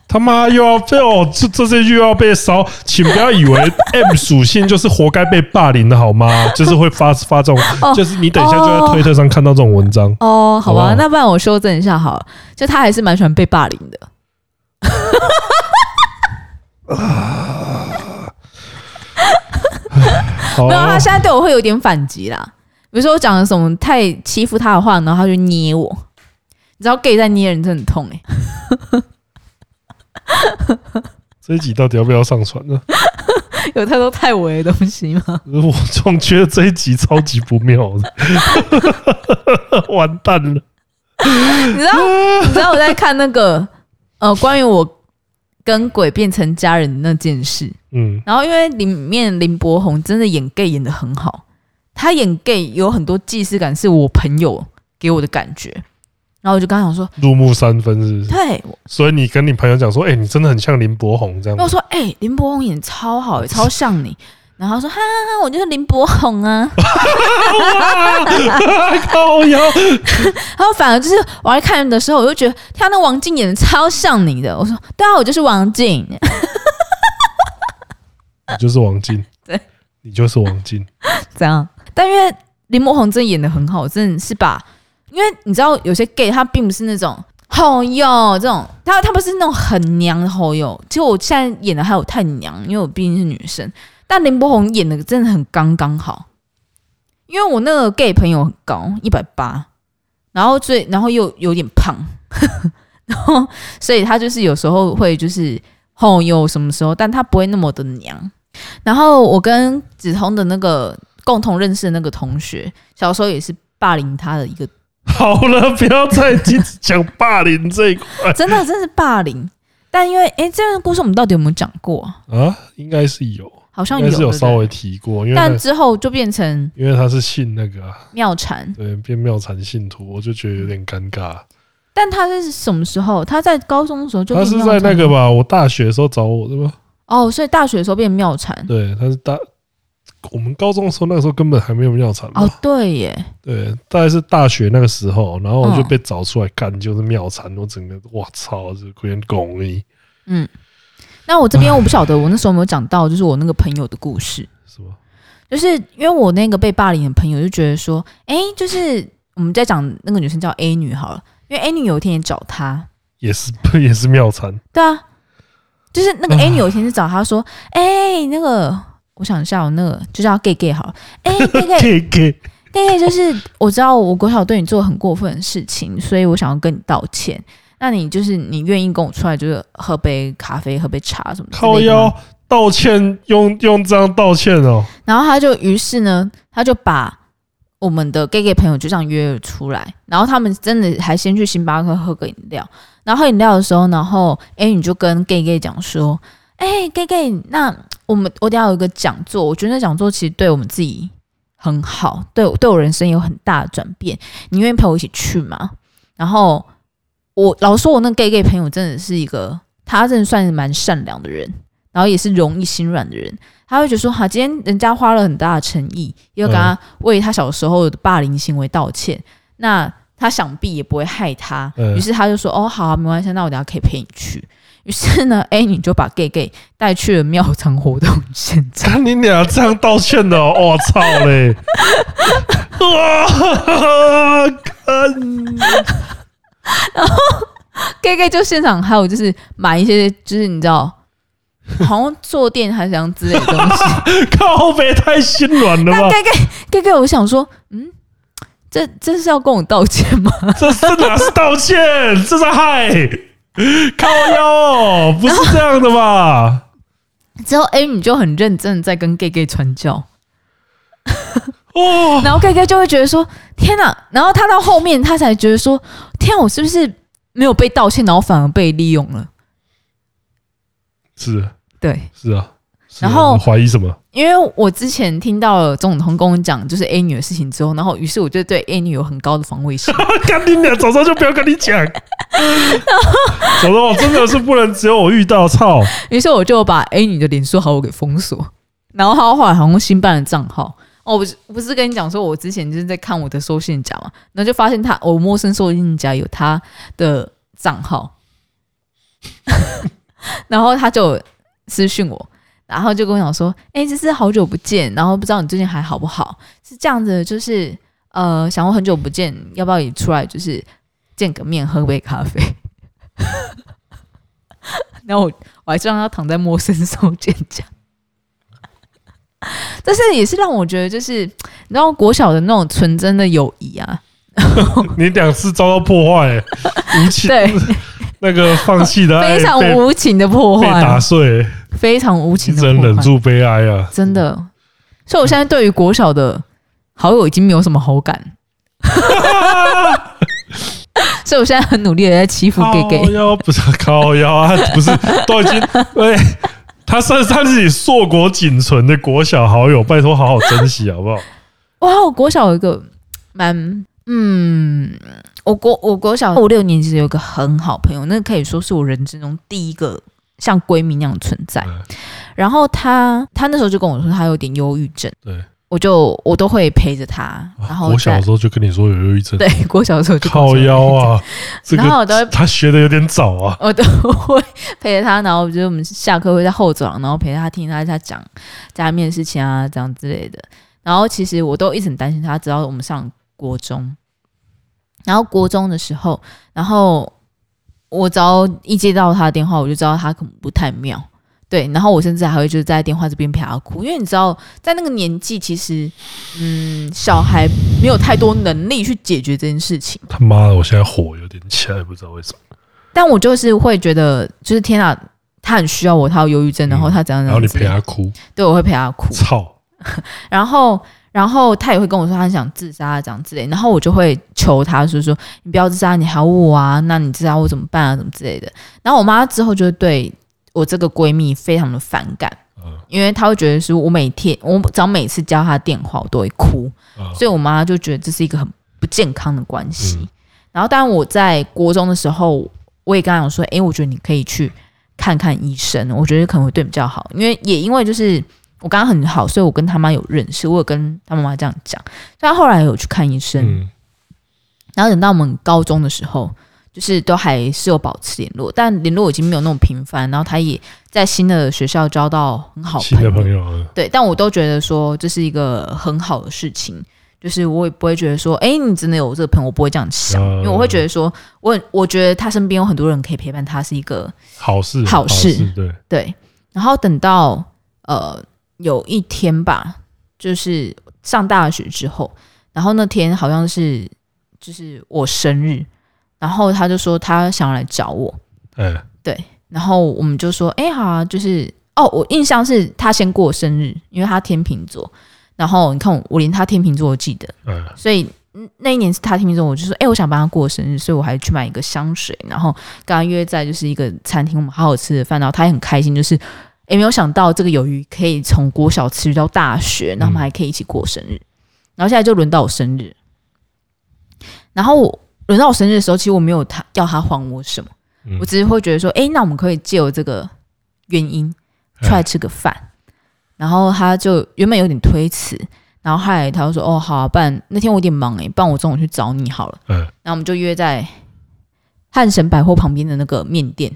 Speaker 1: 他妈又要被哦，这这这又要被烧，请不要以为 M 属性就是活该被霸凌的好吗？就是会发发这种，
Speaker 2: 哦
Speaker 1: 就是你等一下就在推特上看到这种文章。
Speaker 2: 哦，好吧，
Speaker 1: 好吧
Speaker 2: 那不然我修正一下好了，就他还是蛮喜欢被霸凌的。
Speaker 1: 好啊
Speaker 2: 没有，他现在对我会有点反击啦。比如说我讲了什么太欺负他的话，然后他就捏我。你知道 gay 在捏人真的很痛哎、
Speaker 1: 这一集到底要不要上传 呢？
Speaker 2: 有太多太伪的东西吗？
Speaker 1: 我总觉得这一集超级不妙的， 完蛋了！
Speaker 2: 你知道，你知道我在看那个呃，关于我跟鬼变成家人的那件事，
Speaker 1: 嗯，
Speaker 2: 然后因为里面林柏宏真的演 gay 演的很好，他演 gay 有很多既视感，是我朋友给我的感觉。然后我就刚想说，
Speaker 1: 入木三分是不是？
Speaker 2: 对，我
Speaker 1: 所以你跟你朋友讲说，哎、你真的很像林柏宏这样
Speaker 2: 然 后我说，哎、林柏宏演超好、超像你。然后他说，哈哈哈，我就是林柏宏啊。
Speaker 1: 靠 腰，
Speaker 2: 然后反而就是我在看的时候，我就觉得，天啊，那王静演的超像你的。我说，对啊，我就是王静。
Speaker 1: 你就是王静，
Speaker 2: 对，
Speaker 1: 你就是王静。
Speaker 2: 这样。但因为林柏宏真的演的很好，我真的是把，因为你知道有些 gay 他并不是那种吼哟这种，他他不是那种很娘的吼哟。其实我现在演的还有太娘，因为我毕竟是女生。但林柏宏演的真的很刚刚好，因为我那个 gay 朋友很高，一百八，然后所以然后又有点胖， 然后所以他就是有时候会就是吼哟什么时候，但他不会那么的娘。然后我跟梓潼的那个共同认识的那个同学，小时候也是霸凌他的 一个，
Speaker 1: 好了，不要再一直讲霸凌这一块
Speaker 2: 真的真是霸凌。但因为哎，这个故事我们到底有没有讲过 啊？
Speaker 1: 啊，应该是有，
Speaker 2: 好像
Speaker 1: 应
Speaker 2: 有，
Speaker 1: 该是有
Speaker 2: 对不对
Speaker 1: 稍微提过，因为
Speaker 2: 但
Speaker 1: 他
Speaker 2: 之后就变成
Speaker 1: 因为他是信那个、啊，
Speaker 2: 妙禅。
Speaker 1: 对，变妙禅信徒，我就觉得有点尴尬。
Speaker 2: 但他是什么时候？他在高中的时候就
Speaker 1: 他
Speaker 2: 变
Speaker 1: 是
Speaker 2: 妙
Speaker 1: 在
Speaker 2: 禅
Speaker 1: 那个吧，我大学的时候找我的吧，
Speaker 2: 哦，所以大学的时候变妙禅
Speaker 1: 对，他是大。我们高中的时候，那个时候根本还没有妙禅吧？
Speaker 2: 哦，对耶，
Speaker 1: 对，大概是大学那个时候，然后我就
Speaker 2: 嗯
Speaker 1: 被找出来干，就是妙禅，我整个我操，这亏天拱你
Speaker 2: 那我这边我不晓得我那时候有没有讲到，就是我那个朋友的故事，
Speaker 1: 是吧？
Speaker 2: 就是因为我那个被霸凌的朋友就觉得说，哎、就是我们在讲那个女生叫 A 女好了，因为 A 女有一天也找他，
Speaker 1: 也是也是妙禅，
Speaker 2: 对啊，就是那个 A 女有一天就找他说，哎、那个我想一下，哦我那个就叫他 gay gay 好了， 哎、g a y gay
Speaker 1: K K，
Speaker 2: 对，就是我知道我国小对你做很过分的事情，所以我想要跟你道歉。那你就是你愿意跟我出来，就是喝杯咖啡、喝杯茶什么之
Speaker 1: 靠
Speaker 2: 类的吗
Speaker 1: 腰道歉，用用这样道歉哦，
Speaker 2: 然后他就于是呢，他就把我们的 gay gay 朋友就这样约了出来，然后他们真的还先去星巴克喝个饮料。然后喝饮料的时候，然后 A 女就跟 gay gay 讲说：“哎、g a y gay，那我们我等一下有一个讲座，我觉得那讲座其实对我们自己很好，对我对我人生有很大的转变。你愿意陪我一起去吗？”然后我老实说，我那 gay gay 朋友真的是一个，他真的算是蛮善良的人，然后也是容易心软的人。他会觉得说，哈，今天人家花了很大的诚意，要跟他为他小时候的霸凌行为道歉，那他想必也不会害他。
Speaker 1: 嗯
Speaker 2: 于是他就说，哦，好、啊，没关系，那我等下可以陪你去。于是呢，A 女就把 gay gay 带去了庙场活动现 场。
Speaker 1: 看你俩这样道歉的哦，我操 嘞！哇， 看
Speaker 2: gay gay 就现场还有就是买一些，就是你知道，好像坐垫还是怎样之类的东西。
Speaker 1: 靠背太心软了吧？
Speaker 2: gay gay gay gay，我想说，嗯，这这是要跟我道歉吗？
Speaker 1: 这这哪是道歉，这是害！靠腰哦，不是这样的吧？
Speaker 2: 之后 A 女就很认真的在跟 gay gay 传教。
Speaker 1: 哦，
Speaker 2: 然后 K K 就会觉得说：“天哪！”然后他到后面他才觉得说：“天啊，我是不是没有被道歉，然后反而被利用了
Speaker 1: 是？”
Speaker 2: 对，
Speaker 1: 是啊，是啊
Speaker 2: 然后
Speaker 1: 你怀疑什么？
Speaker 2: 因为我之前听到了钟永通跟我讲就是 A 女的事情之后，然后于是我就对 A 女有很高的防卫心。
Speaker 1: 干你俩，早上就不要跟你讲。早上我真的是不能只有我遇到，操！
Speaker 2: 于是我就把 A 女的脸书好友给封锁，然后她后来好像新办了账号。哦，我不是不是跟你讲说，我之前就是在看我的收信夹嘛，然后就发现她，我陌生收信夹有她的账号， 然后她就私讯我，然后就跟我讲说，哎、这是好久不见，然后不知道你最近还好不好？是这样子，就是呃，想我很久不见，要不要也出来就是见个面，喝杯咖啡？ 然后我我还是让他躺在陌生手茧夹。 但是也是让我觉得，就是你知道国小的那种纯真的友谊啊，
Speaker 1: 你两次遭到破坏、欸，无情
Speaker 2: 对，
Speaker 1: 那个放弃的爱
Speaker 2: 非常
Speaker 1: 被
Speaker 2: 无情的破
Speaker 1: 哎被打
Speaker 2: 坏，啊
Speaker 1: 碎、
Speaker 2: 非常无情
Speaker 1: 你
Speaker 2: 的
Speaker 1: 只能
Speaker 2: 破
Speaker 1: 忍
Speaker 2: 坏，
Speaker 1: 住悲哀啊！
Speaker 2: 真的。所以我现在对于国小的好友已经没有什么 好感，所以我现在很努力的在欺负 gay
Speaker 1: 靠
Speaker 2: gay。
Speaker 1: 腰不是靠腰啊，不是都已经哎、他算是他自己硕果仅存的国小好友，拜托好好珍惜好不好？
Speaker 2: 哇，我国小有一个蛮嗯，我国我国小五六年级有一个很好朋友，那可以说是我人生中第一个像闺蜜那样的存在。
Speaker 1: 嗯
Speaker 2: 然后她她那时候就跟我说她有点忧郁症，
Speaker 1: 对，
Speaker 2: 我就我都会陪着她，然后
Speaker 1: 我
Speaker 2: 在
Speaker 1: 小时候就跟你说有忧郁症，
Speaker 2: 对国小的时候就跟我
Speaker 1: 靠
Speaker 2: 说
Speaker 1: 腰啊，这
Speaker 2: 然后
Speaker 1: 个
Speaker 2: 我都会
Speaker 1: 他学的有点早啊，
Speaker 2: 我都会陪着他，然后我觉得我们下课会在后走廊，然后陪他听他他讲家里面的事情啊，这样之类的。然后其实我都一直很担心他，直到我们上国中，然后国中的时候，然后我只要一接到他的电话，我就知道他可能不太妙。对，然后我甚至还会就是在电话这边陪他哭，因为你知道，在那个年纪，其实，嗯，小孩没有太多能力去解决这件事情。
Speaker 1: 他妈的，我现在火有点起来，不知道为什么。
Speaker 2: 但我就是会觉得，就是天啊，他很需要我，他有忧郁症，
Speaker 1: 嗯
Speaker 2: 然后他怎样怎
Speaker 1: 然后
Speaker 2: 样
Speaker 1: 你
Speaker 2: 之类的，
Speaker 1: 陪他哭，
Speaker 2: 对，我会陪他哭，
Speaker 1: 操！
Speaker 2: 然后然后他也会跟我说他很想自杀这样之类，然后我就会求他说说你不要自杀，你还问我啊，那你自杀我怎么办啊，怎么之类的。然后我妈之后就会对我这个闺蜜非常的反感。
Speaker 1: 嗯
Speaker 2: 因为她会觉得说，我每天我只要每次接到她电话，我都会哭，
Speaker 1: 啊，
Speaker 2: 所以我妈就觉得这是一个很不健康的关系。
Speaker 1: 嗯
Speaker 2: 然后，当然我在国中的时候，我也跟他讲说，诶，我觉得你可以去看看医生，我觉得可能会对你比较好，因为也因为就是我刚刚很好，所以我跟他妈有认识，我有跟他妈妈这样讲，所以他后来有去看医生，
Speaker 1: 嗯，
Speaker 2: 然后等到我们高中的时候，就是都还是有保持联络，但联络已经没有那么频繁，然后他也在新的学校交到很好
Speaker 1: 新的朋友啊，
Speaker 2: 对，但我都觉得说这是一个很好的事情，就是我也不会觉得说，哎、你真的有这个朋友，我不会这样想，
Speaker 1: 嗯
Speaker 2: 因为我会觉得说，我很我觉得他身边有很多人可以陪伴他，是一个
Speaker 1: 好事，
Speaker 2: 好事
Speaker 1: 对，
Speaker 2: 对，然后等到呃有一天吧，就是上大学之后，然后那天好像是就是我生日，然后他就说他想要来找我，
Speaker 1: 哎，
Speaker 2: 然后我们就说，哎、好啊，就是哦，我印象是他先过生日，因为他天秤座，然后你看我我连他天秤座都记得，
Speaker 1: 嗯，
Speaker 2: 所以嗯那一年是他天秤座，我就说，哎、我想帮他过生日，所以我还去买一个香水，然后跟他约在就是一个餐厅，我们好好吃的饭，然后他也很开心，就是也、没有想到这个友谊可以从国小吃到大学，然后我们还可以一起过生日，然后现在就轮到我生日，然后我轮到我生日的时候，其实我没有他要他还我什么，
Speaker 1: 嗯
Speaker 2: 我只是会觉得说，哎、那我们可以借由这个原因出来吃个饭。然后他就原本有点推辞，然后后来他就说：“哦，好、啊，不然那天我有点忙诶、欸不然我中午去找你好了。
Speaker 1: 嗯”
Speaker 2: 然后我们就约在汉神百货旁边的那个面店，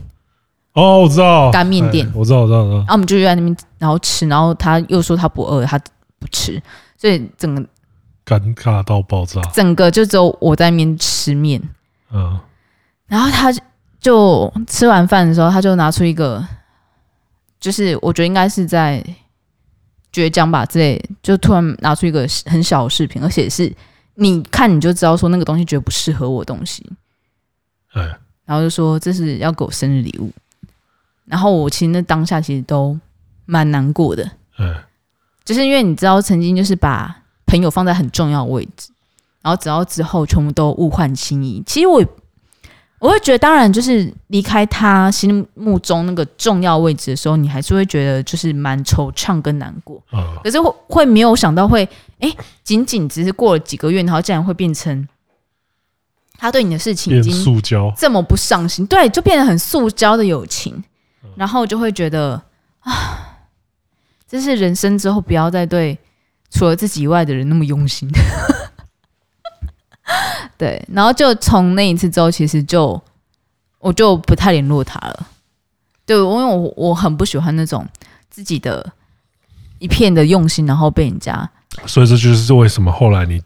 Speaker 1: 哦，我知道
Speaker 2: 干面店
Speaker 1: 哎我知道，我知道，我知道
Speaker 2: 然，后我们就约在那边，然后吃，然后他又说他不饿，他不吃，所以整个
Speaker 1: 尴尬到爆炸，
Speaker 2: 整个就只有我在那边吃面。
Speaker 1: 嗯，
Speaker 2: 然后他就吃完饭的时候，他就拿出一个，就是我觉得应该是在倔强吧之类，就突然拿出一个很小的饰品，而且是你看你就知道说那个东西绝对不适合我的东西，
Speaker 1: 哎，
Speaker 2: 然后就说这是要给我生日礼物。然后我其实那当下其实都蛮难过的，
Speaker 1: 哎，
Speaker 2: 就是因为你知道曾经就是把朋友放在很重要的位置，然后直到之后全部都物换星移。其实我我会觉得，当然就是离开他心目中那个重要位置的时候，你还是会觉得就是蛮惆怅跟难过。
Speaker 1: 嗯，
Speaker 2: 可是会会没有想到会，哎，仅仅只是过了几个月，然后竟然会变成他对你的事情已
Speaker 1: 变
Speaker 2: 经
Speaker 1: 塑胶，
Speaker 2: 这么不上心，对，就变得很塑胶的友情，
Speaker 1: 嗯
Speaker 2: 然后就会觉得啊，这是人生之后不要再对除了自己以外的人那么用心。 对，然后就从那一次之后，其实就我就不太联络他了。对，因为我我很不喜欢那种自己的一片的用心，然后被人家
Speaker 1: 所以这就是为什么后来你，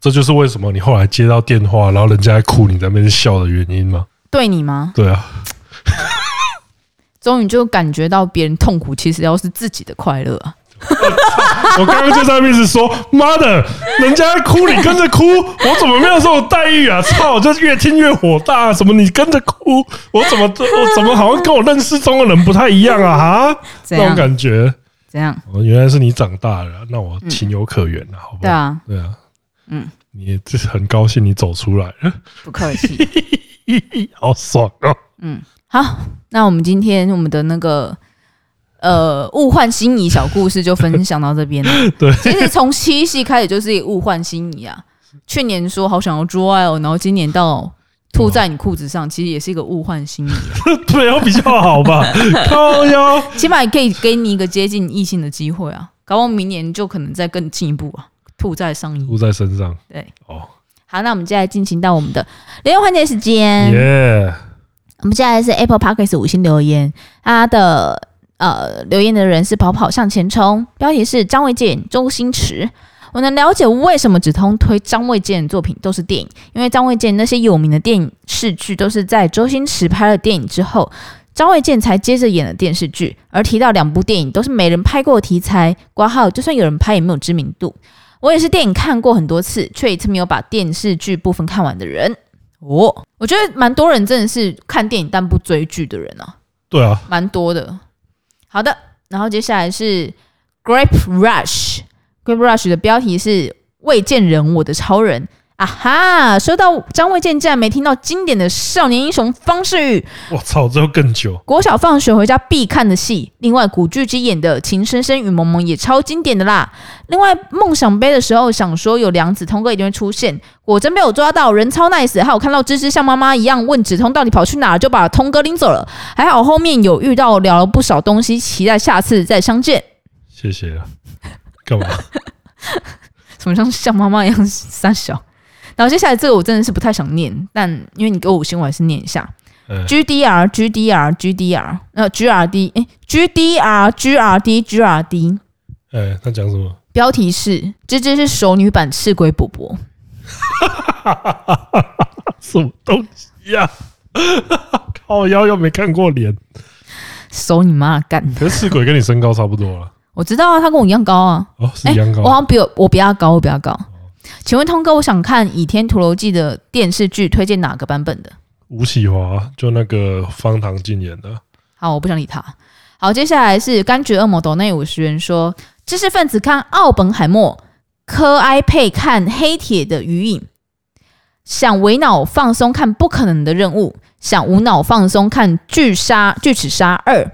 Speaker 1: 这就是为什么你后来接到电话，然后人家在哭，你在那边笑的原因吗？
Speaker 2: 对你吗？
Speaker 1: 对啊，
Speaker 2: 终于就感觉到别人痛苦，其实要是自己的快乐啊。
Speaker 1: 我刚刚就在那边一直说，妈的，人家在哭，你跟着哭，我怎么没有这种待遇啊？操，就越听越火大、什么你跟着哭，我怎么我怎么好像跟我认识中的人不太一样啊？哈，
Speaker 2: 怎
Speaker 1: 那
Speaker 2: 样
Speaker 1: 种感觉，
Speaker 2: 怎样？
Speaker 1: 哦，原来是你长大了，那我情有可原了、好不好？
Speaker 2: 嗯对啊，
Speaker 1: 对啊，
Speaker 2: 嗯，
Speaker 1: 你也就是很高兴你走出来了，
Speaker 2: 不客气。
Speaker 1: 好爽哦！
Speaker 2: 好，那我们今天我们的那个呃物换星移小故事就分享到这边了。
Speaker 1: 对
Speaker 2: 其实从七夕开始就是物换星移啊。去年说好想要做爱哦，然后今年到吐在你裤子上，其实也是一个物换星移啊，
Speaker 1: 没有比较好吧？靠腰，
Speaker 2: 起码也可以给你一个接近异性的机会啊。搞不好明年就可能再更进一步啊，吐在上衣。
Speaker 1: 撸在身上，
Speaker 2: 对，
Speaker 1: 哦，
Speaker 2: 好，那我们接下来进行到我们的留言环节时间。
Speaker 1: 耶，
Speaker 2: 我们接下来是 Apple Podcast 五星留言，他的呃留言的人是跑跑向前冲，标题是张卫健、周星驰。我能了解为什么只通推张卫健的作品都是电影，因为张卫健那些有名的电影视剧都是在周星驰拍了电影之后，张卫健才接着演了电视剧。而提到两部电影都是没人拍过的题材，挂号就算有人拍也没有知名度。我也是电影看过很多次，却一次没有把电视剧部分看完的人。哦，我觉得蛮多人真的是看电影但不追剧的人啊，
Speaker 1: 对啊，
Speaker 2: 蛮多的。好的，然后接下来是 Grape Rush。Grape Rush 的标题是“未见人，我的超人”。啊哈！说到张卫健，竟然没听到经典的少年英雄方世玉，
Speaker 1: 我操，这又更久，
Speaker 2: 国小放学回家必看的戏。另外，古巨基演的《情深深雨蒙蒙》也超经典的啦。另外，梦想杯的时候想说有梁子通哥一定会出现，果真被我抓到，人超 nice，还有看到芝芝像妈妈一样问子通到底跑去哪了，就把通哥拎走了。还好后面有遇到聊了不少东西，期待下次再相见。
Speaker 1: 谢谢啊。干嘛？
Speaker 2: 什么像像妈妈一样三小。然后接下来这个我真的是不太想念，但因为你给我五星，我还是念一下。
Speaker 1: 嗯
Speaker 2: GDR GDR GDR 呃 GRD 哎 GDR GRD GRD
Speaker 1: 哎，他讲什么？
Speaker 2: 标题是“这只是熟女版赤鬼伯伯
Speaker 1: 什么东西呀、 靠腰又没看过脸，”，
Speaker 2: 熟你妈干！
Speaker 1: 可是赤鬼跟你身高差不多了，
Speaker 2: 我知道啊，他跟我一样高啊，
Speaker 1: 哦，是一样高
Speaker 2: 我好像比我我比他高，我比他高。请问通哥，我想看《倚天屠龙记》的电视剧，推荐哪个版本的？
Speaker 1: 吴启华就那个方唐镜演的，
Speaker 2: 好，我不想理他。好，接下来是柑橘恶魔斗内五十元说，知识分子看奥本海默，科埃佩看黑铁的余影，想为脑放松看不可能的任务，想无脑放松看巨鲨巨齿鲨二，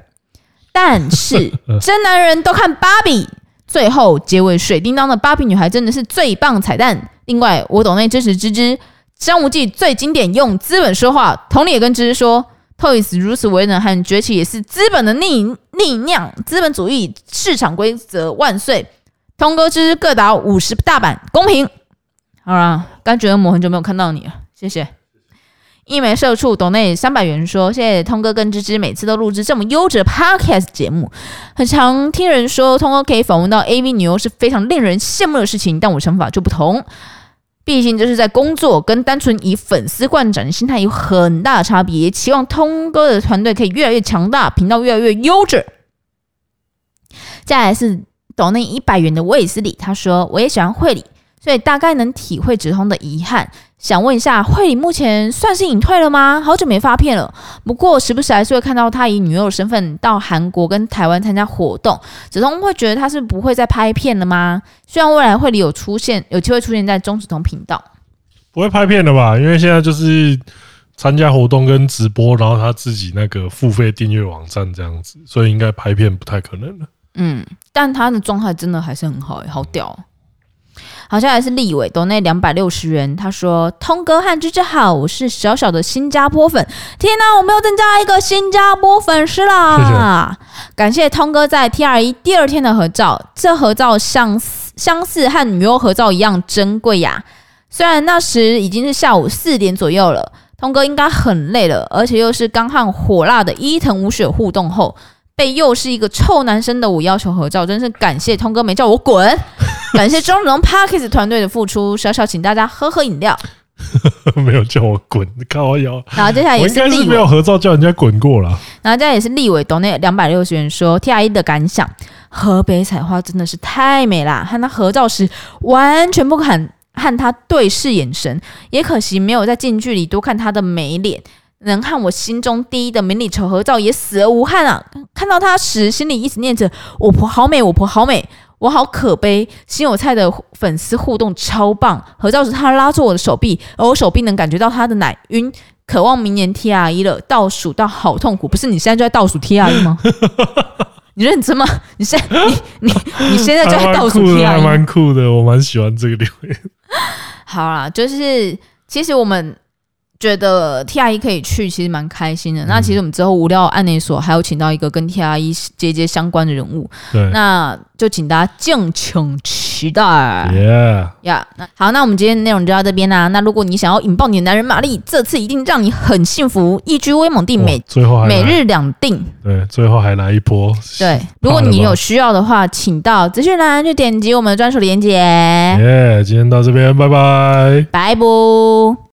Speaker 2: 但是真男人都看芭比。最后结尾水叮当的芭比女孩真的是最棒彩蛋。另外，我懂内支持芝芝，张无忌最经典用资本说话，同理也跟芝芝说。Toys 如此为人和崛起也是资本的逆逆酿，资本主义市场规则万岁！通哥之各打五十大板，公平。好啦，柑橘恶魔很久没有看到你了，谢谢。一枚社畜抖内三百元说：“谢谢通哥跟芝芝，每次都录制这么优质的 podcast 节目，很常听人说通哥可以访问到 AV 女优是非常令人羡慕的事情，但我想法就不同。毕竟这是在工作跟单纯以粉丝惯展的心态有很大的差别。也期望通哥的团队可以越来越强大，频道越来越优质。接下来是抖那一百元的卫斯理，他说我也喜欢惠理，所以大概能体会直通的遗憾。想问一下，惠理目前算是隐退了吗？好久没发片了，不过时不时还是会看到他以女友身份到韩国跟台湾参加活动。子通会觉得他是不会再拍片了吗？虽然未来会里有出现，有机会出现在中子通频道。
Speaker 1: 不会拍片的吧？因为现在就是参加活动跟直播，然后他自己那个付费订阅网站这样子，所以应该拍片不太可能了。
Speaker 2: 嗯，但他的状态真的还是很好、欸，好屌、哦。好，下来是立伟，抖那两百六十元。他说：“通哥和芝芝好，我是小小的新加坡粉。天哪、我们又增加一个新加坡粉丝啦！感谢通哥在 T R 一第二天的合照，这合照像似相似和女优合照一样珍贵呀、虽然那时已经是下午四点左右了，通哥应该很累了，而且又是刚和火辣的伊藤舞雪互动后，被又是一个臭男生的我要求合照，真是感谢通哥没叫我滚， 感谢中荣 Parkes 团队的付出，小小请大家喝喝饮 料。
Speaker 1: 没有叫我滚，靠腰。
Speaker 2: 然后接下来
Speaker 1: 我
Speaker 2: 啊也
Speaker 1: 应该是
Speaker 2: 立
Speaker 1: 没
Speaker 2: 伟，
Speaker 1: 有合照叫人家滚过了，
Speaker 2: 然后接下来也是立伟懂那两百六十元说 T R E 的感想，河北采花真的是太美啦，和他合照时完全不敢和他对视眼神，也可惜没有在近距离多看他的美脸。能和我心中第一的迷你丑合照也死而无憾啊！看到他时，心里一直念着“我婆好美，我婆好美，我好可悲”。新有菜的粉丝互动超棒，合照时他拉住我的手臂，而我手臂能感觉到他的奶晕。渴望明年 T R E 了，倒数到好痛苦。不是你现在就在倒数 T R E 吗？你认真吗？你现在你你你现在就在
Speaker 1: 还
Speaker 2: 倒
Speaker 1: 蛮
Speaker 2: 数
Speaker 1: 酷
Speaker 2: T
Speaker 1: 的，
Speaker 2: R
Speaker 1: 还
Speaker 2: E 吗？
Speaker 1: 蛮酷的，我蛮喜欢这个留言。
Speaker 2: 好啦，就是其实我们觉得 T R E 可以去，其实蛮开心的。那其
Speaker 1: 嗯
Speaker 2: 实我们之后无聊案内所还有请到一个跟 T R E 节节相关的人物，
Speaker 1: 对
Speaker 2: 那就请大家敬请期待。
Speaker 1: ，Yeah，
Speaker 2: 呀、那好，那我们今天的内容就到这边啦、那如果你想要引爆你的男人马力，这次一定让你很幸福。一居威猛地
Speaker 1: 哇
Speaker 2: 每
Speaker 1: 哦最后还
Speaker 2: 每
Speaker 1: 来
Speaker 2: 日两定，
Speaker 1: 对，最后还来一波，
Speaker 2: 对。如果
Speaker 1: 好了
Speaker 2: 你
Speaker 1: 吧
Speaker 2: 有需要的话，请到资讯栏去点击我们的专属链接。
Speaker 1: 耶今天到这边，拜拜。
Speaker 2: 拜拜。